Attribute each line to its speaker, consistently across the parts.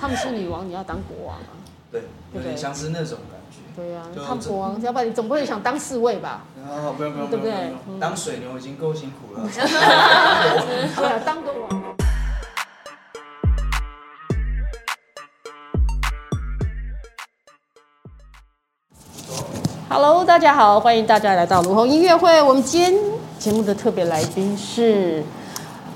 Speaker 1: 他们是女王，你要当国王啊。
Speaker 2: 对，有点像是那种感觉。
Speaker 1: 对啊，
Speaker 2: 就
Speaker 1: 当
Speaker 2: 这
Speaker 1: 国王，要不然你总不会想当侍卫吧？
Speaker 2: 哦，不用不用
Speaker 1: 对不
Speaker 2: 不用不
Speaker 1: 对
Speaker 2: 用，
Speaker 1: 嗯
Speaker 2: 当水牛已经够辛苦了。
Speaker 1: 对啊，当国王。Hello，大家好，欢迎大家来到卢红音乐会。我们今天节目的特别来宾是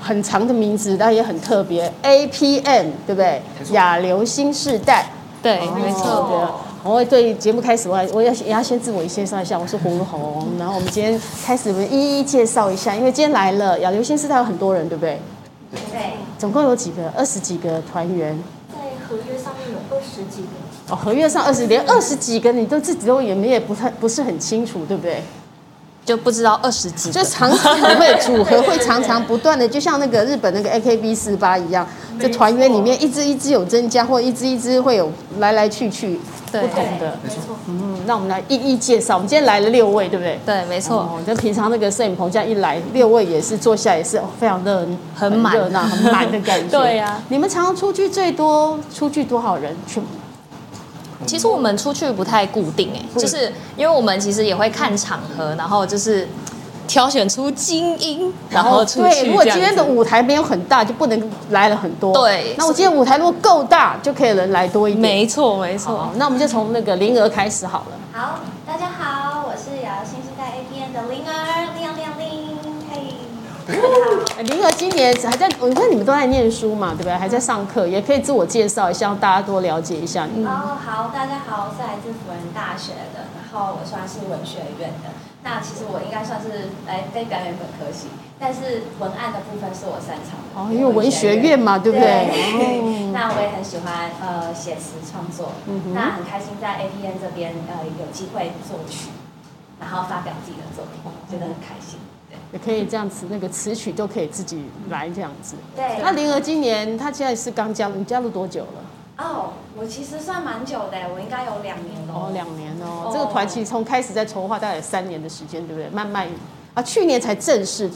Speaker 1: 很长的名字，但也很特别，APM，对不对
Speaker 2: 没？错
Speaker 1: 亚流新世代。
Speaker 3: 对，
Speaker 1: 哦
Speaker 3: 没
Speaker 1: 特别
Speaker 3: 错。
Speaker 1: 好我对节目开始，我我要也要先自我介绍一下，我是胡红。然后我们今天开始，我们一一介绍一下，因为今天来了亚流新世代有很多人，对不对？
Speaker 4: 对，
Speaker 1: 总共有几个？二十几个团员
Speaker 4: 在合约上面有二十几个，
Speaker 1: 哦，合约上二十，连二十几个你都自己都也你也不太不是很清楚，对不对？
Speaker 3: 就不知道二十几个
Speaker 1: 就常常你会组合会常常不断的，就像那个日本那个 AKB 四八一样，这团员里面一支一支有增加，或一支一支会有来来去去不
Speaker 3: 对
Speaker 1: 同的
Speaker 4: 对。没错，
Speaker 1: 嗯，那我们来一一介绍，我们今天来了六位，对不对？
Speaker 3: 对，没错。
Speaker 1: 哦，就平常那个摄影棚这样一来，六位也是坐下也是哦，非常热，
Speaker 3: 很满
Speaker 1: 热闹，很满的感觉。
Speaker 3: 对啊
Speaker 1: 你们常常出去最多出去多少人去？
Speaker 3: 其实我们出去不太固定
Speaker 1: 嗯
Speaker 3: 哎，就是因为我们其实也会看场合，然后就是挑选出精英，然后出去这样子。
Speaker 1: 哦对，如果今天的舞台没有很大，就不能来了很多。
Speaker 3: 对
Speaker 1: 那我今天舞台如果够大，就可以人来多一点。
Speaker 3: 没错没错
Speaker 1: 好，，那我们就从那个灵儿开始好了。
Speaker 4: 好，大家好，我是瑶新时代 A P N 的灵儿，亮亮令，嘿，
Speaker 1: 哎灵儿今年还在，我看你们都在念书嘛，对不对？还在上课，也可以自我介绍一下，让大家多了解一下你。
Speaker 4: 哦，好，大家好，我是来自辅仁大学的，然后我算是文学院的，那其实我应该算是来非表演本科系，但是文案的部分是我擅长的，
Speaker 1: 哦，因为文学院嘛，对不对？哦
Speaker 4: 对那我也很喜欢呃写词创作，
Speaker 1: 嗯哼
Speaker 4: 那很开心在 A P N 这边呃有机会作曲，然后发表自己的作品，觉得很开心。对
Speaker 1: 也可以这样子，那个词曲都可以自己来这样子。
Speaker 4: 对
Speaker 1: 那灵儿今年她现在是刚加入，你加入多久了？
Speaker 4: 哦，我其实算蛮久的，我应该有两年了。
Speaker 1: 哦，两年哦。
Speaker 4: 哦
Speaker 1: 这个团体从开始在筹划大概有三年的时间，对不对？慢慢啊，去年才正式，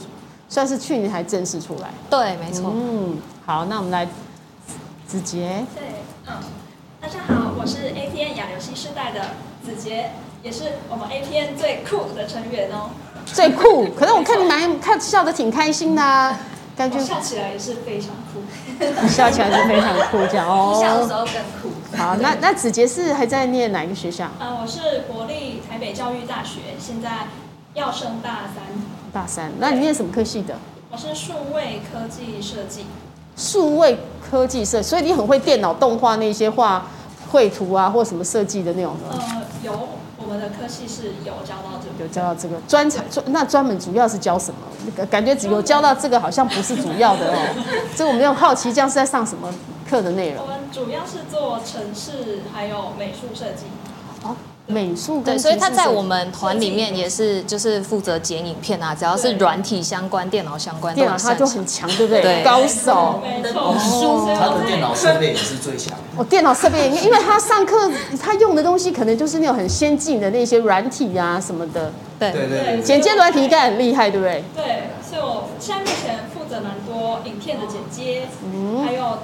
Speaker 1: 算是去年才正式出来。
Speaker 3: 对没错。
Speaker 1: 嗯，好，那我们来子杰，
Speaker 5: 对，嗯，大家好，我是 APN 亚流新世代的子杰，也是我们 APN 最酷的成员哦。
Speaker 1: 最酷。可是我看你蛮看笑的挺开心的、啊，感觉
Speaker 5: 我笑起来也是非常酷，
Speaker 1: 笑起来是非常酷这样
Speaker 4: 小的时
Speaker 1: 哦。
Speaker 4: 候更酷。
Speaker 1: 好，那那子杰是还在念哪一个学校？
Speaker 5: 呃，我是国立台北教育大学，现在要升大三，
Speaker 1: 大三。那你念什么科系的？
Speaker 5: 我是数位科技设计。
Speaker 1: 数位科技设，所以你很会电脑动画那些画绘图啊，或什么设计的那种的，
Speaker 5: 呃，有我们的科系是有教到这个，
Speaker 1: 有教到这个专长专那专门主要是教什么？那个感觉只有教到这个好像不是主要的 哦，所以我们要好奇这样是在上什么课的内容
Speaker 5: 我们主要是做城市还有美术设计。
Speaker 1: 哦，美术跟
Speaker 3: 对，所以他
Speaker 1: 形式
Speaker 3: 在
Speaker 1: 设计
Speaker 3: 我们团里面也是，就是负责剪影片啊，只要是
Speaker 5: 对
Speaker 3: 软体相关、电脑相关，
Speaker 1: 电脑
Speaker 3: 都
Speaker 1: 他就
Speaker 3: 擅
Speaker 1: 很强，对不对？
Speaker 3: 对
Speaker 1: 高手。哦
Speaker 5: 没错，
Speaker 1: 书
Speaker 5: 所以
Speaker 2: 他
Speaker 5: 我
Speaker 2: 的电
Speaker 5: 在
Speaker 2: 脑设备也是最强。
Speaker 1: 我、哦电脑设备，因为因为他上课他用的东西可能就是那种很先进的那些软体啊什么的，
Speaker 3: 长对
Speaker 2: 对对对，
Speaker 1: 剪接软体应该很厉害，对不对？
Speaker 5: 对，所以我现在目前负责蛮多影片的剪接，
Speaker 1: 嗯
Speaker 5: 还有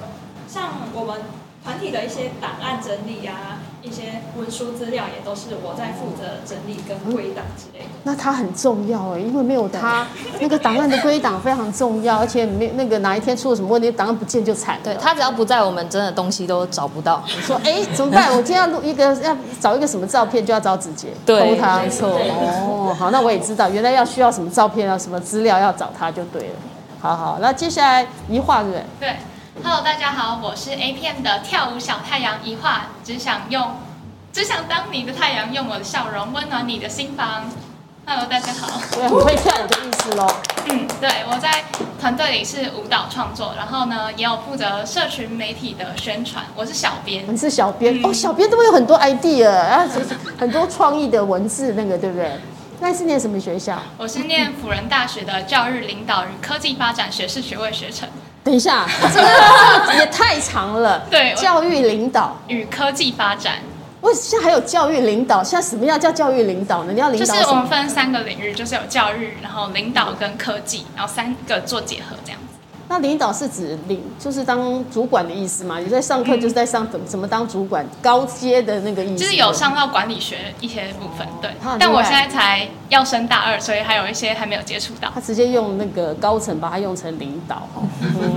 Speaker 5: 像我们团体的一些档案整理啊，一些文书资料也都是我在负责整理跟归档之类的。
Speaker 1: 那它很重要哎，因为没有它，那个档案的归档非常重要，而且没那个哪一天出了什么问题，档案不见就惨了。
Speaker 3: 对他只要不在，我们真的东西都找不到。
Speaker 1: 说哎怎么办？我今天要录一个，要找一个什么照片，就要找子杰，
Speaker 3: 对
Speaker 1: 偷他
Speaker 3: 没错
Speaker 1: 哦，好，那我也知道，原来要需要什么照片啊，什么资料要找他就对了。好好，那接下来一画对不对？
Speaker 6: 对，Hello，大家好，我是 APM 的跳舞小太阳一画，只想用，只想当你的太阳，用我的笑容温暖你的心房。Hello，大家好，
Speaker 1: 对，很 会跳舞的意思喽。
Speaker 6: 嗯，对我在团队里是舞蹈创作，然后呢也有负责社群媒体的宣传，我是小编
Speaker 1: 你。是小
Speaker 3: 嗯
Speaker 1: 编哦，小编都会有很多 idea，然后很多创意的文字那个对不对？那你是念什么学校？
Speaker 6: 我是念辅仁大学的教育领导与科技发展学士学位学程
Speaker 1: 等一下，这个这个也太长了。
Speaker 6: 对我
Speaker 1: 教育领导，
Speaker 6: 与科技发展，
Speaker 1: 我现在还有教育领导，现在什么样叫教育领导呢？你要领
Speaker 6: 就
Speaker 1: 导
Speaker 6: 是
Speaker 1: 什
Speaker 6: 我们
Speaker 1: 么？
Speaker 6: 分三个领域，就是有教育，然后领导跟科技，然后三个做结合这样子。
Speaker 1: 那领导是指领，就是当主管的意思嘛？你在上课就是在上怎么怎么当主管，高阶的那个意思。
Speaker 6: 就是有上到管理学一些部分，对
Speaker 1: 他很。
Speaker 6: 但
Speaker 1: 厉
Speaker 6: 我
Speaker 1: 害
Speaker 6: 现在才要升大二，所以还有一些还没有接触到。
Speaker 1: 他直接用那个高层把它用成领导 哦。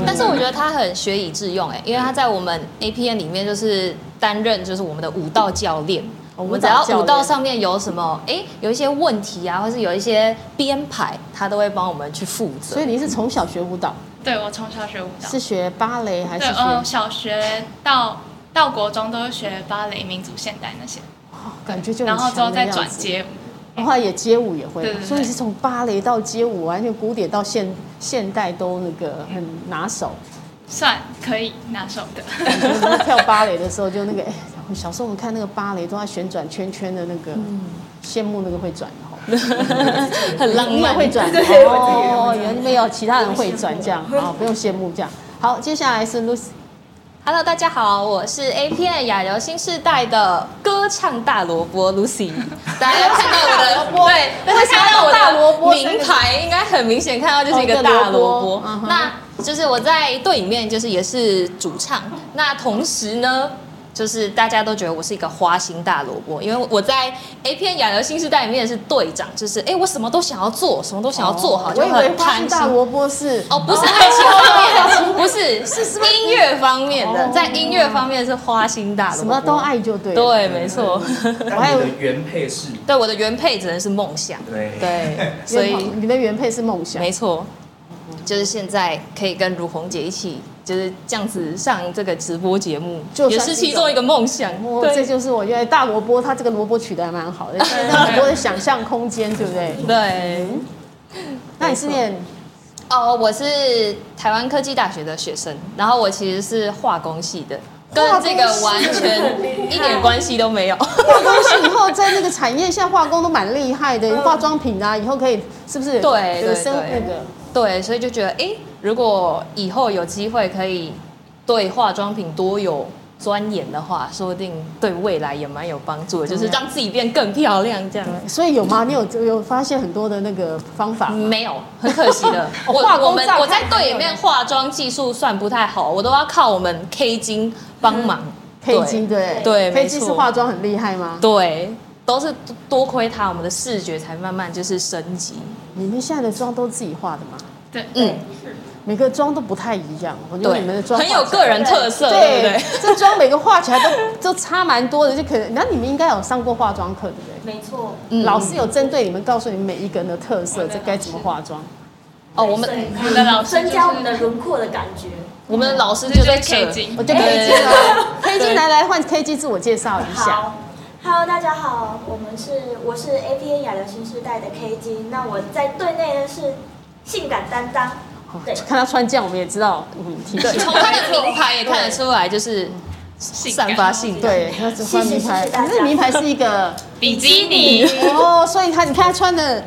Speaker 3: 但是我觉得他很学以致用哎、因为他在我们 A P N 里面就是担任就是我们的武道教练。
Speaker 1: 哦
Speaker 3: 我们只
Speaker 1: 舞
Speaker 3: 要
Speaker 1: 蹈教练
Speaker 3: 武道上面有什么，哎、有一些问题啊，或是有一些编排，他都会帮我们去负责。
Speaker 1: 所以你是从小学舞蹈，
Speaker 6: 对我从小学舞蹈，
Speaker 1: 是学芭蕾还是
Speaker 6: 对，呃，
Speaker 1: 学？
Speaker 6: 小学到到国中都是学芭蕾、民族现代那些，
Speaker 1: 哦感觉就很
Speaker 6: 然后之后
Speaker 1: 强的
Speaker 6: 再
Speaker 1: 样
Speaker 6: 转
Speaker 1: 子
Speaker 6: 街舞。
Speaker 1: 然
Speaker 3: 哎
Speaker 1: 后也街舞也会，
Speaker 6: 对对对
Speaker 1: 所以是从芭蕾到街舞，完全古典到现现代都那个很拿手。
Speaker 6: 算可以拿手的，
Speaker 1: 然后跳芭蕾的时候就那个，哎、小时候我们看那个芭蕾都要旋转圈圈的那个，羡慕那个会转的哦。
Speaker 3: 嗯 很浪
Speaker 1: 你也
Speaker 3: 漫，
Speaker 1: 会转哦，原没有其他人会转这样，好，不用羡慕这样。好，接下来是 Lucy，
Speaker 3: Hello，大家好，我是 A P N 亚流新世代的歌唱大萝 卜 Lucy。大家看到我的对，会看到我的
Speaker 1: 大萝卜
Speaker 3: 名牌，应该很明显看到就是一个
Speaker 1: 哦
Speaker 3: 大萝
Speaker 1: 一个萝卜
Speaker 3: 卜
Speaker 1: 嗯哼。
Speaker 3: 那就是我在队里面就是也是主唱，那同时呢。就是大家都觉得我是一个花心大萝卜，因为我在 A 片亚流新世代里面是队长，就是哎、我什么都想要做，什么都想要做好，
Speaker 1: 哦我
Speaker 3: 就
Speaker 1: 以为
Speaker 3: 很
Speaker 1: 花
Speaker 3: 贪
Speaker 1: 式
Speaker 3: 心。
Speaker 1: 大萝卜是
Speaker 3: 哦，不是爱情方面，不是是音乐方面的，在音乐方面是花心大萝卜，
Speaker 1: 什么都。爱就对，，
Speaker 3: 对，没错。
Speaker 2: 但你的原配是，
Speaker 3: 对，我的原配只能是梦想。
Speaker 2: 对，
Speaker 3: 对，所以
Speaker 1: 你的原配是梦想
Speaker 3: 没，错，就是现在可以跟如红姐一起，就是这样子上这个直播节目，
Speaker 1: 就
Speaker 3: 也
Speaker 1: 算是
Speaker 3: 是其中一个梦想。
Speaker 1: 哦，这
Speaker 3: 对
Speaker 1: 就是我觉得大萝卜，它这个萝卜取得还蛮 好的，现在很多的想象空间，对不对？
Speaker 3: 对，
Speaker 1: 嗯那你是念
Speaker 3: 哦，我是台湾科技大学的学生，然后我其实是化工系的，跟
Speaker 1: 化工
Speaker 3: 这个
Speaker 1: 系
Speaker 3: 完全一点关系都没有。
Speaker 1: 化工系以后在那个产业下，化工都蛮厉害的，化妆品啊，以后可以是不是？
Speaker 3: 嗯对
Speaker 1: 有
Speaker 3: 对
Speaker 1: 生
Speaker 3: 对
Speaker 1: 那个
Speaker 3: 对，所以就觉得，诶，如果以后有机会可以对化妆品多有钻研的话，说不定对未来也蛮有帮助的，就是让自己变更漂亮这样。
Speaker 1: 所以有吗？你有有发现很多的那个方法吗？
Speaker 3: 没有，很可惜
Speaker 1: 。
Speaker 3: 的
Speaker 1: 哦
Speaker 3: 我
Speaker 1: 嗯化工
Speaker 3: 我们
Speaker 1: 照
Speaker 3: 我在
Speaker 1: 看
Speaker 3: 队里面化妆技术算不太好，我都要靠我们
Speaker 1: 嗯
Speaker 3: K 金帮忙。
Speaker 1: 佩姬对
Speaker 3: 对
Speaker 1: 佩
Speaker 3: 没
Speaker 1: 姬
Speaker 3: 错
Speaker 1: 是化妆很厉害吗？
Speaker 3: 对，都是多多亏他，我们的视觉才慢慢就是升级。
Speaker 1: 你们现在的妆都自己化的吗？
Speaker 6: 对，
Speaker 3: 嗯，
Speaker 1: 每个妆都不太一样，我觉得
Speaker 3: 对
Speaker 1: 你们的，妆
Speaker 3: 很有
Speaker 1: 化起来
Speaker 3: 个人特色，对不
Speaker 1: 对
Speaker 3: 对？，
Speaker 1: 这妆每个画起来都 都差蛮多的，就可能那你们应该有上过化妆课，对不
Speaker 4: 没错，
Speaker 1: 对？
Speaker 3: 嗯
Speaker 1: 老师有针对你们，告诉你们每一个人的特色，这该怎么化妆。
Speaker 7: 嗯
Speaker 3: 哦，我们
Speaker 6: 我们的老师
Speaker 7: 增
Speaker 6: 就
Speaker 7: 加我们
Speaker 6: 是
Speaker 7: 的轮廓的感觉。
Speaker 3: 我们的老师
Speaker 6: 就
Speaker 3: 就是在
Speaker 6: K
Speaker 3: 扯
Speaker 6: 金
Speaker 1: 我，就 K
Speaker 3: 对
Speaker 1: 姬了，K 姬
Speaker 3: 对
Speaker 1: 来来换 K 姬自我介绍一下。
Speaker 7: 哎好，Hello，大家好，我们是我是 APA 亚流新时代的 KG，那我在队内呢是性感担当，对
Speaker 1: 看他穿这样，我们也知道，嗯，体
Speaker 3: 对，
Speaker 1: 型
Speaker 3: 从他的名牌 也看得出来，就是散发性。
Speaker 1: 对，那只换
Speaker 7: 谢谢
Speaker 1: 名牌，
Speaker 7: 谢谢大
Speaker 1: 可
Speaker 7: 家
Speaker 1: 是名牌是一 个
Speaker 6: 比基尼，
Speaker 1: 哦，所以他你看他穿的，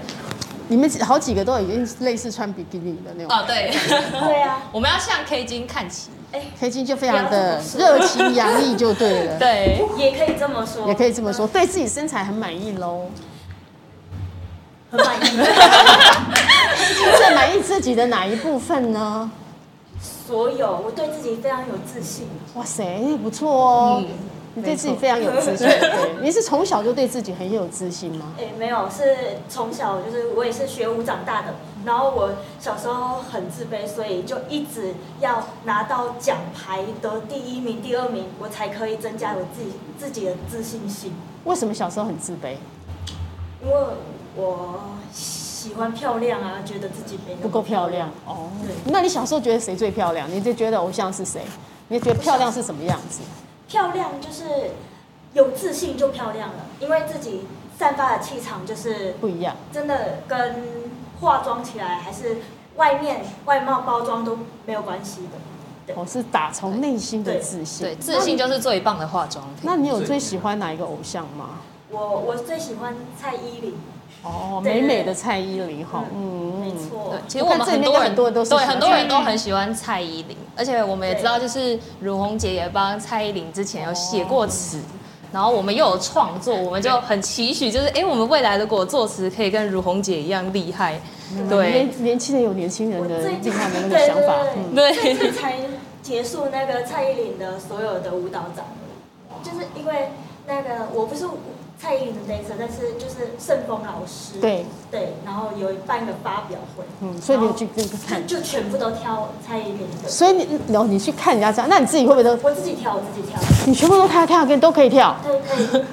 Speaker 1: 你们好几个都已经类似穿比基尼的那种。
Speaker 3: 哦，对，
Speaker 7: 对啊，
Speaker 3: 我们要向 K 金看齐。
Speaker 1: K 金就非常的热情洋溢，就对了。
Speaker 3: 对，
Speaker 7: 也可以这么说，
Speaker 1: 也可以这么说，对自己身材很满意 喽，
Speaker 7: 很满意，
Speaker 1: 最满意自己的哪一部分呢？
Speaker 7: 所有我对自己非常有自信，
Speaker 1: 哇塞，不错哦，
Speaker 3: 嗯
Speaker 1: 你对自己非常有自 信。对，你是从小就对自己很有自信吗？
Speaker 7: 诶，没有，是从小就是我也是学舞长大的，然后我小时候很自卑，所以就一直要拿到奖牌得第一名、第二名，我才可以增加我自己自己的自信心。
Speaker 1: 为什么小时候很自卑，
Speaker 7: 因为我喜欢漂亮啊，觉得自己没那么
Speaker 1: 不够漂亮。？哦
Speaker 7: 对，
Speaker 1: 那你小时候觉得谁最漂亮？你就觉得偶像是谁？你就觉得漂亮是什么样子？
Speaker 7: 漂亮就是有自信就漂亮了，因为自己散发的气场就是
Speaker 1: 不一样。
Speaker 7: 真的跟化妆起来还是外面外貌包装都没有关系的。
Speaker 1: 我哦是打从内心的自信。
Speaker 3: 对，自信就是最棒的化妆品。
Speaker 1: 那你有最喜欢哪一个偶像吗？
Speaker 7: 我我最喜欢蔡依林，
Speaker 1: 哦，
Speaker 7: 对
Speaker 1: 美美的蔡依林哈，嗯，
Speaker 7: 没错
Speaker 3: 对，，其实我们很多
Speaker 1: 我看这
Speaker 3: 人
Speaker 1: 里面很多都是
Speaker 3: 对
Speaker 1: 喜欢
Speaker 3: 很多人都很喜欢蔡依林，而且我们也知道，
Speaker 7: 对
Speaker 3: 就是如红姐也帮蔡依林之前有写过词，然后我们又有创作，我们就很期许，就是哎，诶我们未来如果作词可以跟如红姐一样厉害，对
Speaker 1: 嗯年年轻人有年轻人
Speaker 7: 我
Speaker 1: 的
Speaker 7: 最
Speaker 1: 厉
Speaker 7: 近
Speaker 1: 害的那个想法，
Speaker 7: 对
Speaker 1: 嗯，
Speaker 3: 对
Speaker 7: 对对，这次才结束那个蔡依林的所有的舞蹈展，就是因为那个我不是蔡依林的 dancer，但是就是盛峰老师，
Speaker 1: 嗯对，
Speaker 7: 对，然后有办一个发表会，
Speaker 1: 嗯，所以你有
Speaker 7: 哦
Speaker 1: 去那个看
Speaker 7: 就，就全部都挑蔡依林的，
Speaker 1: 所以你然后你去看人家这样，那你自己会不会都
Speaker 7: 我自己挑，我自己挑，
Speaker 1: 你全部都跳跳跟都可以跳？
Speaker 7: 对对，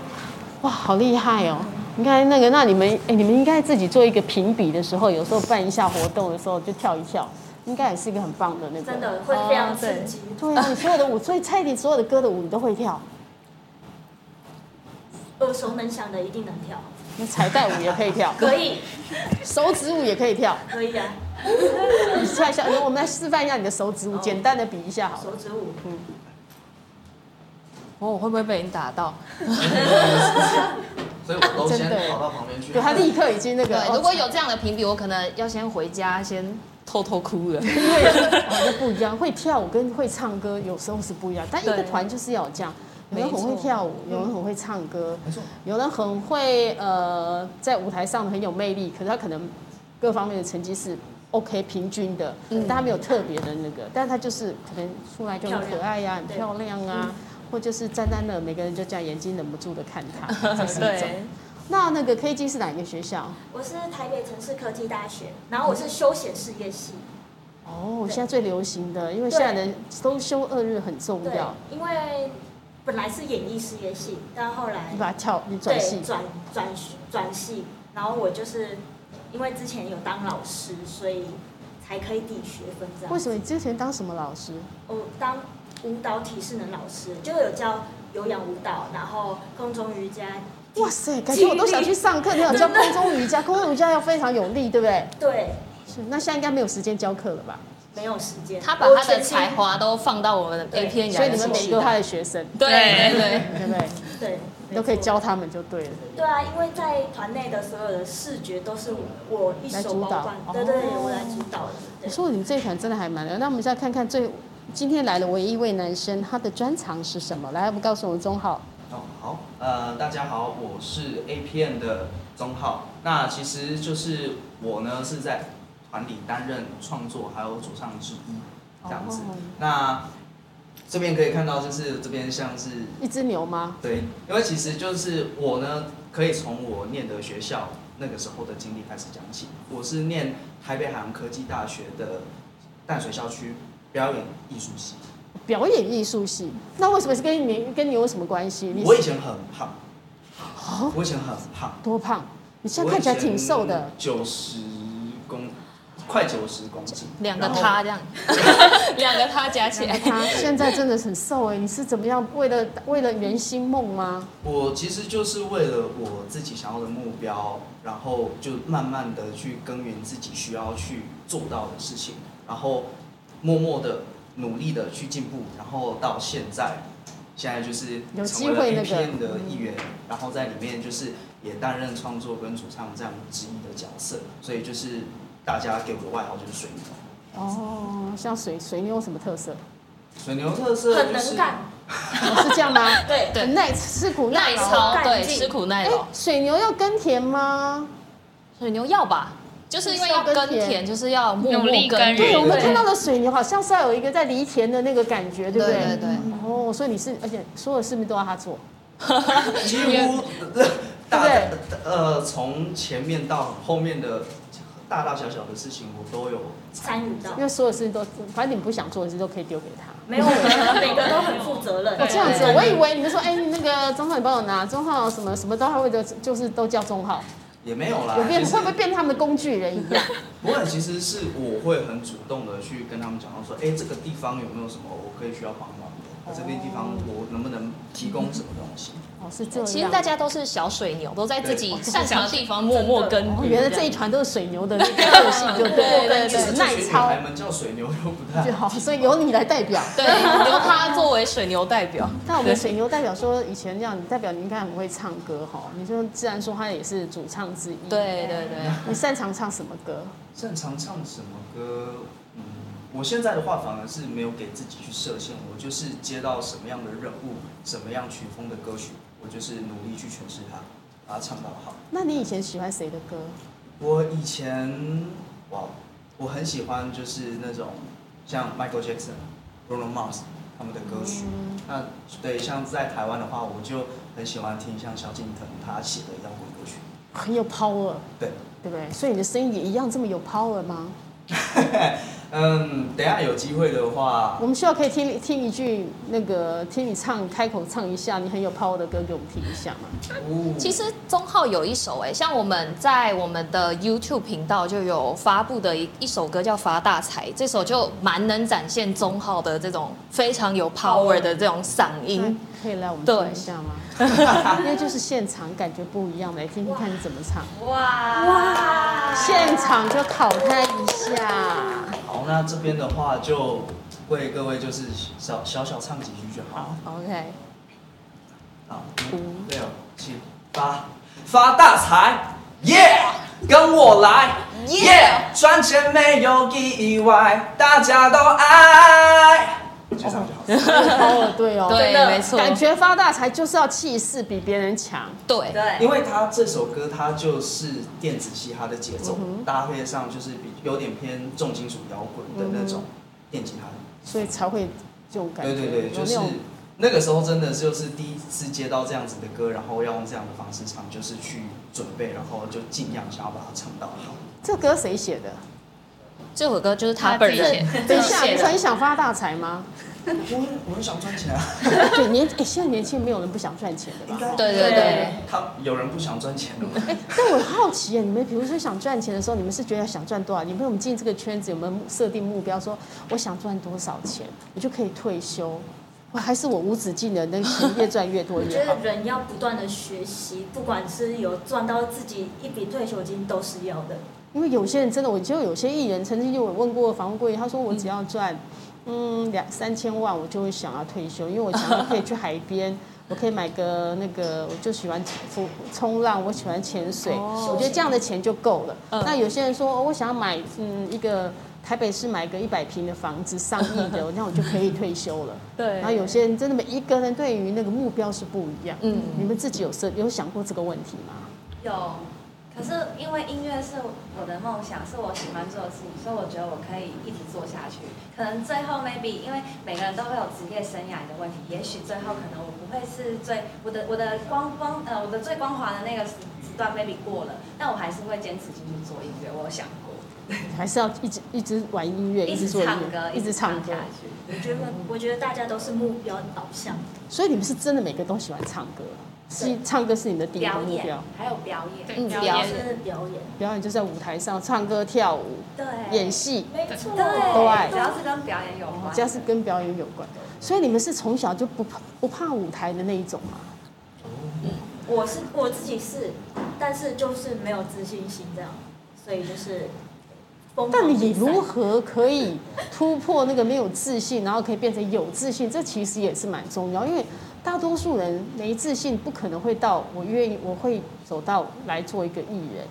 Speaker 1: 哇，好厉害哦！你看那个，那你们哎、你们应该自己做一个评比的时候，有时候办一下活动的时候就跳一跳，应该也是一个很棒的那个。
Speaker 7: 真。的会非常刺激。
Speaker 1: 哦对啊，你所有的舞，所以蔡依林所有的歌的舞你都会跳，
Speaker 7: 耳熟能详的一定能 跳，
Speaker 1: 你彩带舞也可以跳，
Speaker 7: 可以，
Speaker 1: 手指舞也可以跳。
Speaker 7: 可以啊，
Speaker 1: 你下一下，我们来示范一下你的手指舞，
Speaker 7: 哦
Speaker 1: 简单的比一下好了。
Speaker 7: 手指舞，
Speaker 3: 哦，会不会被你打到？
Speaker 2: 所以我都先跑到旁边去。
Speaker 1: 对他立刻已经那个，
Speaker 3: 对，
Speaker 1: 哦
Speaker 3: 如果有这样的评比，我可能要先回家先偷偷哭了。
Speaker 1: 因为哦那不一样，会跳舞跟会唱歌有时候是不一样，但一个
Speaker 3: 对
Speaker 1: 团就是要有这样，有人很
Speaker 3: 没
Speaker 1: 会
Speaker 3: 错
Speaker 1: 跳舞，有人很会唱歌，
Speaker 2: 没错，
Speaker 1: 有人很会呃在舞台上很有魅力，可是他可能各方面的成绩是 OK 平均的，
Speaker 3: 嗯
Speaker 1: 但他没有特别的那个，但他就是可能出来就很可爱呀、很
Speaker 7: 对嗯
Speaker 1: 漂亮啊，或就是站在那每个人就这样眼睛忍不住的看他， 这是一种。
Speaker 3: 对，
Speaker 1: 那那个 KG 是哪一个学校？
Speaker 7: 我是台北城市科技大学，然后我是休闲事业系。
Speaker 1: 哦，
Speaker 7: 对
Speaker 1: 现在最流行的，因为
Speaker 7: 对
Speaker 1: 现在人都休二日很重
Speaker 7: 对
Speaker 1: 要，，
Speaker 7: 因为本来是演艺事业系，但后来
Speaker 1: 你把它跳，你转
Speaker 7: 对
Speaker 1: 系，
Speaker 7: 转转转系，然后我就是因为之前有当老师，所以才可以抵学分这
Speaker 1: 为
Speaker 7: 样。
Speaker 1: 什么你之前当什么老师？
Speaker 7: 我当舞蹈体适能老师，就有教有氧舞蹈，然后空中瑜伽。
Speaker 1: 哇塞，感觉我都想去上课，你想教空中瑜伽，空中瑜伽要非常有力，对不对？
Speaker 7: 对，
Speaker 1: 是，那现在应该没有时间教课了吧？
Speaker 7: 没有时间。
Speaker 3: 他把他
Speaker 7: 我
Speaker 3: 的
Speaker 7: 全心
Speaker 3: 才华都放到我们的 A 片
Speaker 1: 所以
Speaker 3: 雅
Speaker 1: 你
Speaker 3: 的
Speaker 1: 们
Speaker 3: 信
Speaker 1: 每一
Speaker 3: 息
Speaker 1: 个他
Speaker 3: 对
Speaker 1: 的学生，
Speaker 3: 对对，
Speaker 1: 对不对？
Speaker 7: 对，
Speaker 1: 你都可以
Speaker 7: 没错
Speaker 1: 教他们就对了。
Speaker 7: 对啊，因为在团内的所有的视觉都是我一手包办
Speaker 1: 来主导，
Speaker 7: 对对，对
Speaker 1: 哦
Speaker 7: 我来主导的。
Speaker 1: 我
Speaker 7: 对
Speaker 1: 说你们这一团真的还蛮的，那我们再看看最今天来的唯一一位男生，他的专长是什么？来，我们告诉我们钟浩。
Speaker 2: 哦，好，呃，大家好，我是 APN 的钟浩。那其实就是我呢是在团里担任创作还有主唱之一这样子。
Speaker 1: 哦
Speaker 2: 那这边可以看到，就是这边像是
Speaker 1: 一只牛吗？
Speaker 2: 对，因为其实就是我呢，可以从我念的学校那个时候的经历开始讲起。我是念台北海洋科技大学的淡水校区表演艺术系。
Speaker 1: 表演艺术系，那为什么是跟你跟你有什么关系？你
Speaker 2: 我
Speaker 1: 是
Speaker 2: 以前很胖，我以前很胖，
Speaker 1: 多胖？你现在看起来挺瘦的，，
Speaker 2: 九十公，快九十公斤，
Speaker 3: 两个
Speaker 2: 然后
Speaker 3: 他这样， 两个他加起来，
Speaker 1: 他啊现在真的很瘦哎、你是怎么样为了为了圆心梦吗？
Speaker 2: 我其实就是为了我自己想要的目标，然后就慢慢的去耕耘自己需要去做到的事情，然后默默的努力的去进步，然后到现在，现在就是
Speaker 1: 有机
Speaker 2: 成
Speaker 1: 会
Speaker 2: 为了
Speaker 1: 那个
Speaker 2: APN 的一员，然后在里面就是也担任创作跟主唱这样之一的角色，所以就是大家给我的外号就是水牛。
Speaker 1: 哦，像水水牛有什么特色？
Speaker 2: 水牛特色
Speaker 7: 很
Speaker 2: 就是
Speaker 7: 能干，
Speaker 1: 哦、是这样 吗？
Speaker 7: 对，
Speaker 3: 对
Speaker 1: 很耐吃苦耐
Speaker 3: 耐
Speaker 1: 劳。
Speaker 3: 操，
Speaker 7: 干
Speaker 3: 对，
Speaker 7: 净
Speaker 3: 吃苦耐
Speaker 1: 哎、
Speaker 3: 劳。
Speaker 1: 水牛要耕田吗？
Speaker 3: 水牛要吧，就是因为要耕田，就是要默默
Speaker 6: 努力耕耘
Speaker 1: 对，
Speaker 3: 对
Speaker 1: 我们看到
Speaker 3: 的，
Speaker 1: 的水牛好像是要有一个在犁田的那个感觉，对不
Speaker 3: 对对对
Speaker 1: 哦，所以你是，而且所有事情都要他做。
Speaker 2: 几 乎大呃，从前面到后面的大大小小的事情，我都有
Speaker 7: 参与到
Speaker 1: 因，为所有事情都，反正你不想做的事都可以丢给他。
Speaker 7: 没有，我们每个都很负责任。
Speaker 1: 哦，这样子，
Speaker 3: 对
Speaker 1: 我以为你们说，哎、那个钟浩，你帮我拿钟浩什么什么都还会的，就是都叫钟浩，
Speaker 2: 也没
Speaker 3: 啊
Speaker 2: 有啦。
Speaker 1: 有变
Speaker 2: 其实
Speaker 1: 会不会变他们的工具人一 样？
Speaker 2: 不过其实是我会很主动的去跟他们讲到说，哎，这个地方有没有什么我可以需要帮忙的？这个地方我能不能提供什么东西？
Speaker 1: 哦，是这样。
Speaker 3: 其实大家都是小水牛，都在自己
Speaker 2: 对
Speaker 3: 擅长的地方默默耕
Speaker 1: 哦，
Speaker 3: 耘。
Speaker 1: 原来这一团都是水牛的 个性，就对
Speaker 3: 对对
Speaker 1: 就
Speaker 3: 对
Speaker 1: 是
Speaker 2: 这
Speaker 1: 耐
Speaker 2: 群女
Speaker 1: 操
Speaker 2: 孩们叫水牛又不太
Speaker 1: 就好，所以由你来代表。
Speaker 3: 对，由他作为水牛代表。
Speaker 1: 那我们水牛代表说，以前这样，你代表你应该很会唱歌哈。你说自然说他也是主唱之一。，
Speaker 3: 对对对，
Speaker 1: 你擅长唱什么歌？
Speaker 2: 擅长唱什么歌？嗯，我现在的话反而是没有给自己去设限，我就是接到什么样的任务，什么样曲风的歌曲，我就是努力去诠释它，把它唱到好。
Speaker 1: 那你以前喜欢谁的歌？
Speaker 2: 我以前哇，我很喜欢就是那种像 Michael Jackson、Bruno Mars 他们的歌曲。那对，像在台湾的话，我就很喜欢听像萧敬腾他写的摇滚歌曲。
Speaker 1: 很有 power，
Speaker 2: 对，
Speaker 1: 对不对？所以你的声音也一样这么有 power 吗？
Speaker 2: 嗯，等一下有机会的话，
Speaker 1: 我们需要可以听你听一句那个听你唱开口唱一下你很有 power 的歌给我们听一下嘛？
Speaker 2: 哦
Speaker 3: 其实宗浩有一首哎、像我们在我们的 YouTube 频道就有发布的一一首歌叫《发大财》，这首就蛮能展现宗浩的这种非常有 power 的这种嗓音。
Speaker 1: 那可以来我们
Speaker 3: 对
Speaker 1: 听一下吗？ 那就是现场感觉不一样，来听听看你怎么唱，
Speaker 4: 哇哇，
Speaker 1: 现场就考他一下。
Speaker 2: 好，那这边的话就为各位就是小小小唱几句就好了。
Speaker 3: OK，
Speaker 2: 好，嗯五六七八，发大财，耶！跟我来，耶！赚钱没有意外，大家都爱。就这样就好。
Speaker 1: 哦，对哦，
Speaker 3: 对
Speaker 1: 真的
Speaker 3: 没错
Speaker 1: 感觉发大财就是要气势比别人强，
Speaker 3: 对，
Speaker 4: 对，
Speaker 2: 因为他这首歌，它就是电子嘻哈的节奏，搭配上就是比有点偏重金属摇滚的那种电吉他。
Speaker 1: 所以才会这种感觉，
Speaker 2: 对对对，就
Speaker 1: 有那
Speaker 2: 是
Speaker 1: 种
Speaker 2: 那个时候真的就是第一次接到这样子的歌，然后要用这样的方式唱，就是去准备，然后就尽量想要把它唱到好。
Speaker 1: 这歌谁写的？
Speaker 3: 这首歌就是他本人
Speaker 6: 他自己写
Speaker 1: 等一下，
Speaker 3: 写
Speaker 1: 你很
Speaker 3: 的。
Speaker 1: 想发大财吗？
Speaker 2: 我很我很想赚钱 啊！
Speaker 1: 对，年哎，现在年轻人没有人不想赚钱的吧？
Speaker 3: 对对对，
Speaker 2: 他有人不想赚钱的吗？
Speaker 1: 哎，但我好奇耶，你们比如说想赚钱的时候，你们是觉得想赚多少？你们我们进这个圈子有没有设定目标说我想赚多少钱，我就可以退休？哇，还是我无止境的，那个钱越赚越多
Speaker 7: 我觉
Speaker 1: 越
Speaker 7: 得
Speaker 1: 好。
Speaker 7: 人要不断的学习，不管是有赚到自己一笔退休金都是要的。
Speaker 1: 因为有些人真的，我就有些艺人曾经就有问过访问过一个，他说我只要赚嗯两三千万，我就会想要退休，因为我想要可以去海 边。我可以买个那个，我就喜欢浮冲浪，我喜欢潜水，哦我觉得这样的钱就够了。
Speaker 3: 哦嗯
Speaker 1: 那有些人说，哦、我想要买嗯一个台北市买个一百平的房子，上亿 的，那我就可以退休了。
Speaker 3: 对
Speaker 1: 然后有些人真的每一个人对于那个目标是不一样。嗯
Speaker 3: 嗯，
Speaker 1: 你们自己有设有想过这个问题吗？
Speaker 4: 有。可是因为音乐是我的梦想，是我喜欢做的事情，所以我觉得我可以一直做下去。可能最后 maybe 因为每个人都会有职业生涯的问题，也许最后可能我不会是最我的我的光光呃我的最光滑的那个时时段 maybe 过了，但我还是会坚持继续做音乐。我有想过，
Speaker 1: 还是要一直一直玩音乐，
Speaker 4: 一
Speaker 1: 直
Speaker 4: 直
Speaker 1: 做音
Speaker 4: 唱歌
Speaker 1: 乐，，一直唱歌
Speaker 4: 下。去。
Speaker 7: 我觉得，我觉得大家都是目标导向。
Speaker 1: 所以你们是真的每个都喜欢唱歌，是唱歌是你们的第一个
Speaker 4: 表
Speaker 1: 目
Speaker 4: 演
Speaker 1: 标。
Speaker 4: 还有表演，
Speaker 6: 对，
Speaker 3: 嗯表
Speaker 6: 表
Speaker 7: 表
Speaker 6: 演
Speaker 3: 演
Speaker 7: 是表演，
Speaker 1: 表演就在舞台上唱歌、跳舞、
Speaker 4: 对，
Speaker 1: 演戏，
Speaker 7: 没错
Speaker 1: 对
Speaker 4: 对，只要是跟表演有关，
Speaker 1: 只要是跟表演有关。所以你们是从小就不怕不怕舞台的那一种嘛？
Speaker 7: 我是我自己是，但是就是没有自信心这样，所以就是疯狂
Speaker 1: 但
Speaker 7: 比赛。
Speaker 1: 你如何可以突破那个没有自信，然后可以变成有自信？这其实也是蛮重要，因为大多数人没自信，不可能会到我愿意，我会走到来做一个艺人。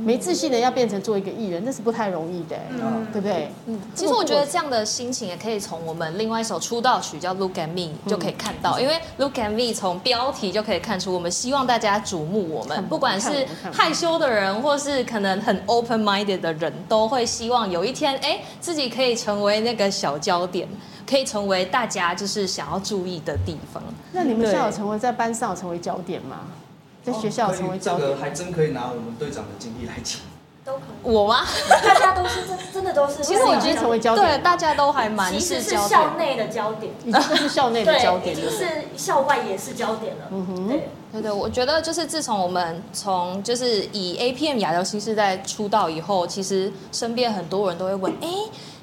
Speaker 1: 没自信的要变成做一个艺人，那是不太容易的、
Speaker 2: 嗯
Speaker 1: 对不对？嗯，
Speaker 3: 其实我觉得这样的心情也可以从我们另外一首出道曲叫《Look at Me》就可以看到，因为《Look at Me》从标题就可以看出，我们希望大家瞩目我
Speaker 1: 看
Speaker 3: 们，不管
Speaker 1: 看
Speaker 3: 是
Speaker 1: 看
Speaker 3: 害羞的人，或是可能很 open minded 的人，都会希望有一天，哎，自己可以成为那个小焦点，可以成为大家就是想要注意的地方。
Speaker 1: 那你们现在有
Speaker 3: 对
Speaker 1: 成为在班上有成为焦点吗？在学校有成为
Speaker 2: 哦这
Speaker 1: 焦点
Speaker 2: 个？还真可以拿我们队长的经历 来讲。
Speaker 7: 都可以，
Speaker 3: 我吗？
Speaker 7: 大家都是真真的都是，
Speaker 1: 其实已经成为焦
Speaker 3: 对，
Speaker 1: 点，
Speaker 3: 大家都还蛮
Speaker 7: 其实是
Speaker 3: 焦点
Speaker 7: 校。内的焦点，
Speaker 1: 已经不是校内的焦
Speaker 7: 对，已
Speaker 1: 点
Speaker 7: 经
Speaker 1: 了。
Speaker 7: 是校外也是焦点了。嗯
Speaker 1: 哼
Speaker 7: 对，
Speaker 3: 对对，我觉得就是自从我们从就是以 A P M 亚流新世代出道以后，其实身边很多人都会问，哎，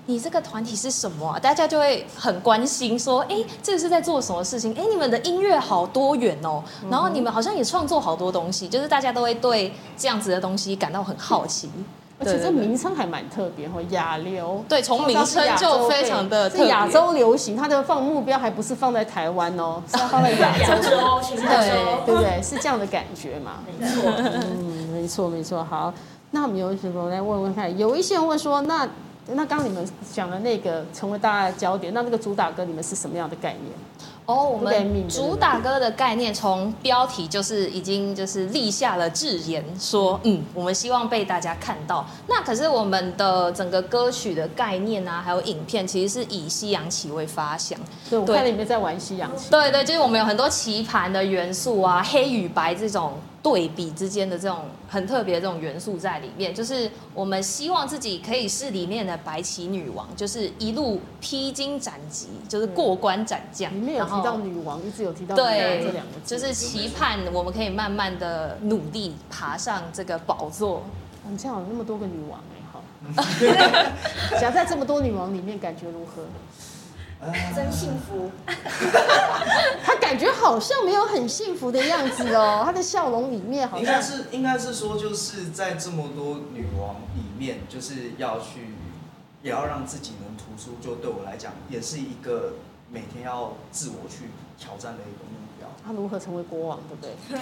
Speaker 3: 你这个团体是什么啊、大家就会很关心，说，哎，这个是在做什么事情？哎，你们的音乐好多元哦，然后你们好像也创作好多东西，就是大家都会对这样子的东西感到很好奇。
Speaker 1: 而且
Speaker 3: 对
Speaker 1: 这
Speaker 3: 对对
Speaker 1: 名称还蛮特别哦，亚流。
Speaker 3: 对，从名称就非常的特
Speaker 1: 是
Speaker 3: 别。
Speaker 1: 亚洲流行，它的放目标还不是放在台湾 哦，是要放在亚
Speaker 7: 亚
Speaker 1: 洲，
Speaker 7: 洲、新加
Speaker 1: 对
Speaker 7: 坡，
Speaker 1: 不对？是这样的感觉嘛？
Speaker 7: 没错，
Speaker 1: 嗯，没错没错。好，那我们有什么来问问看？有一些人问说，那那刚刚你们讲的那个成为大家的焦点，那那个主打歌你们是什么样的概念？
Speaker 3: 哦，我
Speaker 1: 不给命
Speaker 3: 们
Speaker 1: 的
Speaker 3: 主打歌的概念从标题就是已经就是立下了誓言，说嗯，我们希望被大家看到。那可是我们的整个歌曲的概念啊，还有影片，其实是以西洋棋为发想。
Speaker 1: 对，我
Speaker 3: 对
Speaker 1: 看你们在玩西洋棋，
Speaker 3: 对对，就是我们有很多棋盘的元素啊，黑与白这种对比之间的这种很特别的这种元素在里面。就是我们希望自己可以是里面的白棋女王，就是一路披荆斩棘，就是过关斩将。
Speaker 1: 嗯里面有
Speaker 3: 然
Speaker 1: 提
Speaker 3: 后
Speaker 1: 到女王，一直有提到女王
Speaker 3: 对，
Speaker 1: 这两个字，
Speaker 3: 就是期盼我们可以慢慢的努力爬上这个宝座。
Speaker 1: 你这样有那么多个女王哎、 好。夹在这么多女王里面，感觉如何？
Speaker 7: 真幸福。
Speaker 1: 她感觉好像没有很幸福的样子 哦，她的笑容里面好
Speaker 2: 应该
Speaker 1: 像
Speaker 2: 是应该是说，就是在这么多女王里面，就是要去，也要让自己能突出，就对我来讲，也是一个每天要自我去挑战的一个目标。
Speaker 1: 她如何成为国王，对不对？